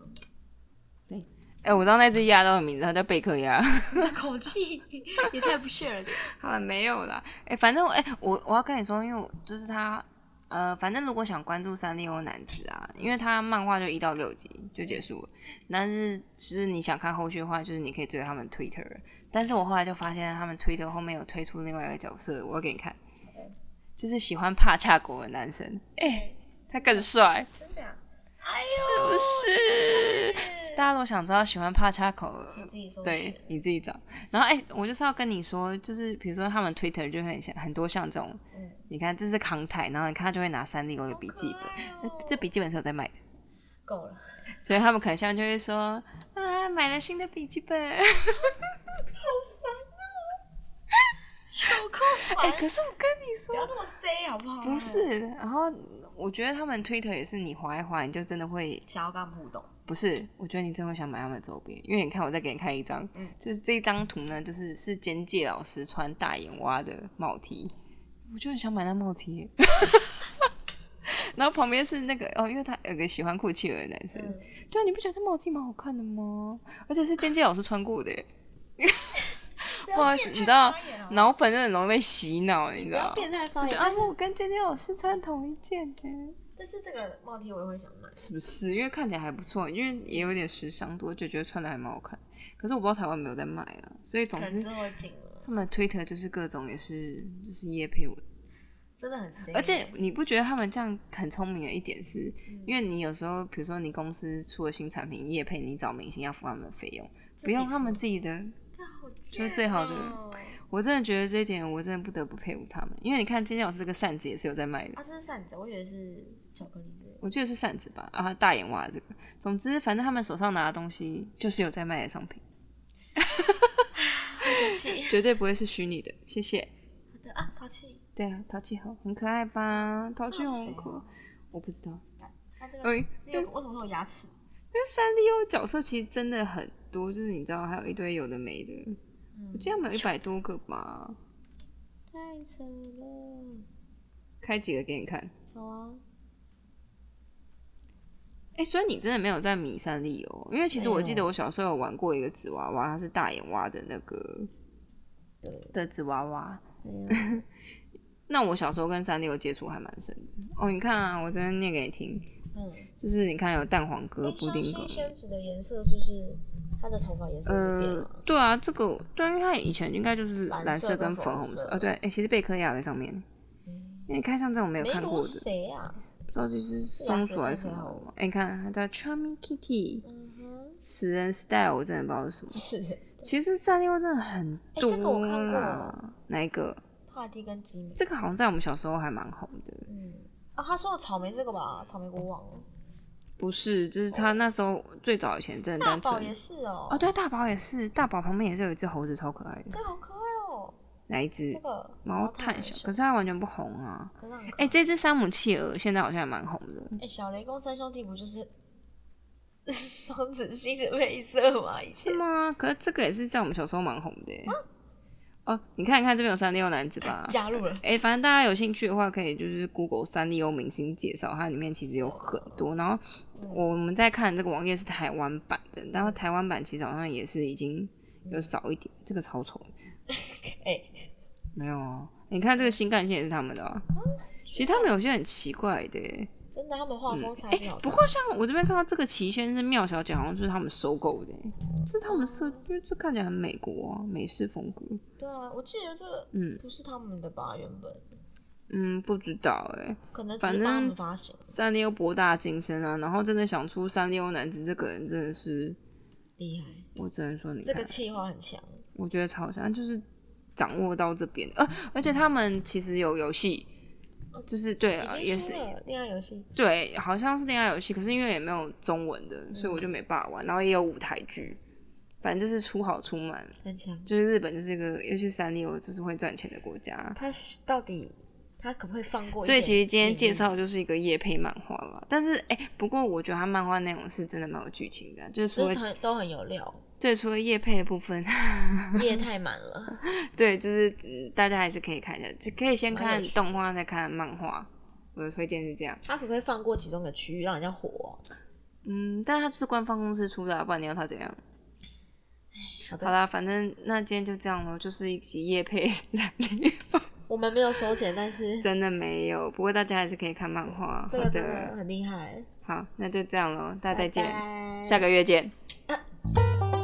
Speaker 1: 哎、我知道那只鸭叫什么名字，它叫贝克鸭。
Speaker 2: 这口气也太不屑了点。
Speaker 1: 好了，没有啦。哎、反正我哎、我我要跟你说，因为我就是他，呃，反正如果想关注三丽鸥男子啊，因为他漫画就一到六集就结束了，但是其实你想看后续的话，就是你可以追他们 Twitter。但是我后来就发现，他们 Twitter 后面有推出另外一个角色，我要给你看，就是喜欢帕恰狗的男生，哎、他更帅，
Speaker 2: 真的啊哎呀？
Speaker 1: 是不是？大家如果想知道喜欢帕恰口
Speaker 2: 请自己搜
Speaker 1: 对，你自己找。然后哎、我就是要跟你说，就是比如说他们 Twitter 就会很像很多像这种，
Speaker 2: 嗯
Speaker 1: 你看这是康泰，然后你看他就会拿三丽鸥的笔记本，
Speaker 2: 本
Speaker 1: 那这笔记本是有在卖的，
Speaker 2: 哦够了，
Speaker 1: 所以他们可能现在就会说啊，买了新的笔记本。
Speaker 2: 有够
Speaker 1: 哎、
Speaker 2: 烦。哎
Speaker 1: 可是我跟你你说
Speaker 2: 不要那么 C 啊好不好？
Speaker 1: 不，是，然后我觉得他们 Twitter 也是你划一划，你就真的会
Speaker 2: 想要跟他们互动，
Speaker 1: 不是，我觉得你真的会想买他们的周边，因为你看我再给你看一张，
Speaker 2: 嗯
Speaker 1: 就是这一张图呢，就是是简介老师穿大眼蛙的帽 T，我就很想买那帽 T 耶。 然后旁边是那个哦，因为他有个喜欢酷气儿的男生，
Speaker 2: 嗯
Speaker 1: 对啊，你不觉得那帽 T 蛮好看的吗？而且是间接老师穿过的耶，
Speaker 2: 不
Speaker 1: 好意思你知道
Speaker 2: 然
Speaker 1: 脑粉就很容易被洗脑，你知
Speaker 2: 嗯不要
Speaker 1: 道？
Speaker 2: 变态
Speaker 1: 我
Speaker 2: 方
Speaker 1: 想
Speaker 2: 言，
Speaker 1: 啊
Speaker 2: 但是，
Speaker 1: 我跟间接老师穿同一件呢，
Speaker 2: 但是这个帽 T 我也会想买，
Speaker 1: 是不是？因为看起来还不错，因为也有点时尚多，就觉得穿的还蛮好看。可是我不知道台湾没有在卖啊，所以总
Speaker 2: 可
Speaker 1: 之
Speaker 2: 能之后进了，
Speaker 1: 他们 Twitter 就是各种也是就是叶配文，
Speaker 2: 真的很 C，
Speaker 1: 而且你不觉得他们这样很聪明的一点是，
Speaker 2: 嗯
Speaker 1: 因为你有时候比如说你公司出了新产品，叶配你找明星要付他们的费用，
Speaker 2: 自
Speaker 1: 不
Speaker 2: 己
Speaker 1: 用他
Speaker 2: 出
Speaker 1: 们自己的。
Speaker 2: 就是
Speaker 1: 最好的
Speaker 2: 啊
Speaker 1: 我真的觉得这一点我真的不得不佩服他们，因为你看今天老师这个扇子也是有在卖的，
Speaker 2: 它是扇子，我以为是巧克力之类的。
Speaker 1: 我记得是扇子吧，啊大眼蛙这个，总之反正他们手上拿的东西就是有在卖的商品，
Speaker 2: 会生 气。
Speaker 1: 绝对不会是虚拟的，谢谢。
Speaker 2: 好的啊，淘气。
Speaker 1: 对啊，淘气猴很可爱吧？淘气
Speaker 2: 这
Speaker 1: 猴
Speaker 2: 是
Speaker 1: 很
Speaker 2: 谁
Speaker 1: 可爱
Speaker 2: 啊，
Speaker 1: 我不知道，
Speaker 2: 它这个，
Speaker 1: 哎、
Speaker 2: 因为为什么会有牙齿？
Speaker 1: 因为三丽鸥角色其实真的很多，就是你知道还有一堆有的没的，我记得他们有一百多个吧。
Speaker 2: 太扯了。
Speaker 1: 开几个给你看？
Speaker 2: 好啊，
Speaker 1: 哎、所以你真的没有在迷三丽鸥？因为其实我记得我小时候有玩过一个纸娃娃，它是大眼蛙的那个的纸娃娃。 那我小时候跟三丽鸥接触还蛮深的。哦，你看啊，我真的念给你听，
Speaker 2: 嗯，
Speaker 1: 就是你看有蛋黄哥、
Speaker 2: 那
Speaker 1: 布
Speaker 2: 哎双
Speaker 1: 丁
Speaker 2: 性
Speaker 1: 狗。
Speaker 2: 仙子的颜色是不是它的头发颜色有变
Speaker 1: 呃
Speaker 2: 了？，
Speaker 1: 对啊，这个对啊，因为它以前应该就是
Speaker 2: 蓝
Speaker 1: 蓝
Speaker 2: 色
Speaker 1: 色
Speaker 2: 跟
Speaker 1: 跟
Speaker 2: 粉
Speaker 1: 粉红
Speaker 2: 红
Speaker 1: 色
Speaker 2: 色嗯
Speaker 1: 哦，对，哎、其实贝克亚在上面。因为你看像这种没有
Speaker 2: 梅
Speaker 1: 看过
Speaker 2: 罗
Speaker 1: 的，
Speaker 2: 谁啊？
Speaker 1: 不知道这是松鼠还是什
Speaker 2: 这个牙齿看起来好
Speaker 1: 么。哎、你看它叫 Charming Kitty，
Speaker 2: 嗯哼，
Speaker 1: 死人 style 我真的不知道是什么。
Speaker 2: 是
Speaker 1: 其实三丽鸥真的很多啦、
Speaker 2: 哎这个我看过
Speaker 1: 哪一个？
Speaker 2: 帕蒂跟吉米。
Speaker 1: 这个好像在我们小时候还蛮红的。
Speaker 2: 嗯，啊，他说的草莓这个吧，草莓国王，
Speaker 1: 不是，就是他那时候最早以前真的
Speaker 2: 哦大
Speaker 1: 单
Speaker 2: 宝
Speaker 1: 纯
Speaker 2: 也。是哦
Speaker 1: 哦，。对，大宝也是，大宝旁边也是有一只猴子，超可爱的。
Speaker 2: 这个好可爱哦，
Speaker 1: 哪一只
Speaker 2: 这？个
Speaker 1: 毛探小，可
Speaker 2: 可是
Speaker 1: 是它完全不红啊。
Speaker 2: 可是很可
Speaker 1: 哎、
Speaker 2: 爱。
Speaker 1: 这只山姆企鹅现在好像还蛮红的。
Speaker 2: 哎、小雷公三兄弟不就是 双子星的配色吗？以前
Speaker 1: 是吗？可是这个也是在我们小时候蛮红的耶、哦，你看一看这边有三六男子吧。
Speaker 2: 加入了，
Speaker 1: 哎、反正大家有兴趣的话，可以就是 Google 三丽鸥明星介绍，它里面其实有很多。然后我们在看这个网页是台湾版的，然后台湾版其实好像也是已经有少一点，这个超 丑。
Speaker 2: 哎、
Speaker 1: 没有啊，你看这个新干线也是他们的、啊，其实他们有些很奇怪的耶、
Speaker 2: 真的他们画风差
Speaker 1: 哎、
Speaker 2: 别好
Speaker 1: 不
Speaker 2: 大、
Speaker 1: 过像我这边看到这个旗轩是妙小姐，好像就是他们收购的耶、这是他们设，因为这看起来很美国啊，美式风格。
Speaker 2: 对啊，我记得这个
Speaker 1: 嗯
Speaker 2: 不是他们的吧？原本
Speaker 1: 嗯，不知道哎、
Speaker 2: 可能只
Speaker 1: 反
Speaker 2: 是帮他
Speaker 1: 正
Speaker 2: 们发行，
Speaker 1: 三六博大精深啊，然后真的想出三六男子这个人真的是，
Speaker 2: 厉害，
Speaker 1: 我只能说你
Speaker 2: 这
Speaker 1: 看，
Speaker 2: 个气化很强。
Speaker 1: 我觉得超强，就是掌握到这边，呃，而且他们其实有游戏，就是对啊，
Speaker 2: 哦已
Speaker 1: 也
Speaker 2: 经
Speaker 1: 是
Speaker 2: 出了恋爱游戏，
Speaker 1: 对，好像是恋爱游戏，可是因为也没有中文的，所以我就
Speaker 2: 嗯
Speaker 1: 没办法玩，然后也有舞台剧，反正就是出好出满，
Speaker 2: 很强。
Speaker 1: 就是日本就是一个，尤其三六就是会赚钱的国家，
Speaker 2: 他是到底他可不可以放过一点？
Speaker 1: 所以其实今天介绍就是一个夜配漫画啦，但是哎、不过我觉得它漫画内容是真的蛮有剧情的，啊就是除
Speaker 2: 都
Speaker 1: 了
Speaker 2: 很都很有 料，
Speaker 1: 对，除了叶配的部分，
Speaker 2: 夜太满了。
Speaker 1: 对，就是、嗯大家还是可以看一下，就可以先
Speaker 2: 蛮
Speaker 1: 看
Speaker 2: 有趣的
Speaker 1: 动画，再看漫画。我的推荐是这样，
Speaker 2: 他可不可以放过其中的区域让人家火、
Speaker 1: 嗯，但它就是官方公司出的啊，不然你要它怎样？
Speaker 2: 好的
Speaker 1: 好啦，反正那今天就这样咯，就是一集叶配
Speaker 2: 我们没有收钱，但 是
Speaker 1: 真的没有，不过大家还是可以看漫画。
Speaker 2: 这
Speaker 1: 好
Speaker 2: 个真的
Speaker 1: 的，
Speaker 2: 很厉害。
Speaker 1: 好，那就这样咯，大家再见，
Speaker 2: 拜拜
Speaker 1: 下个月见。
Speaker 2: 拜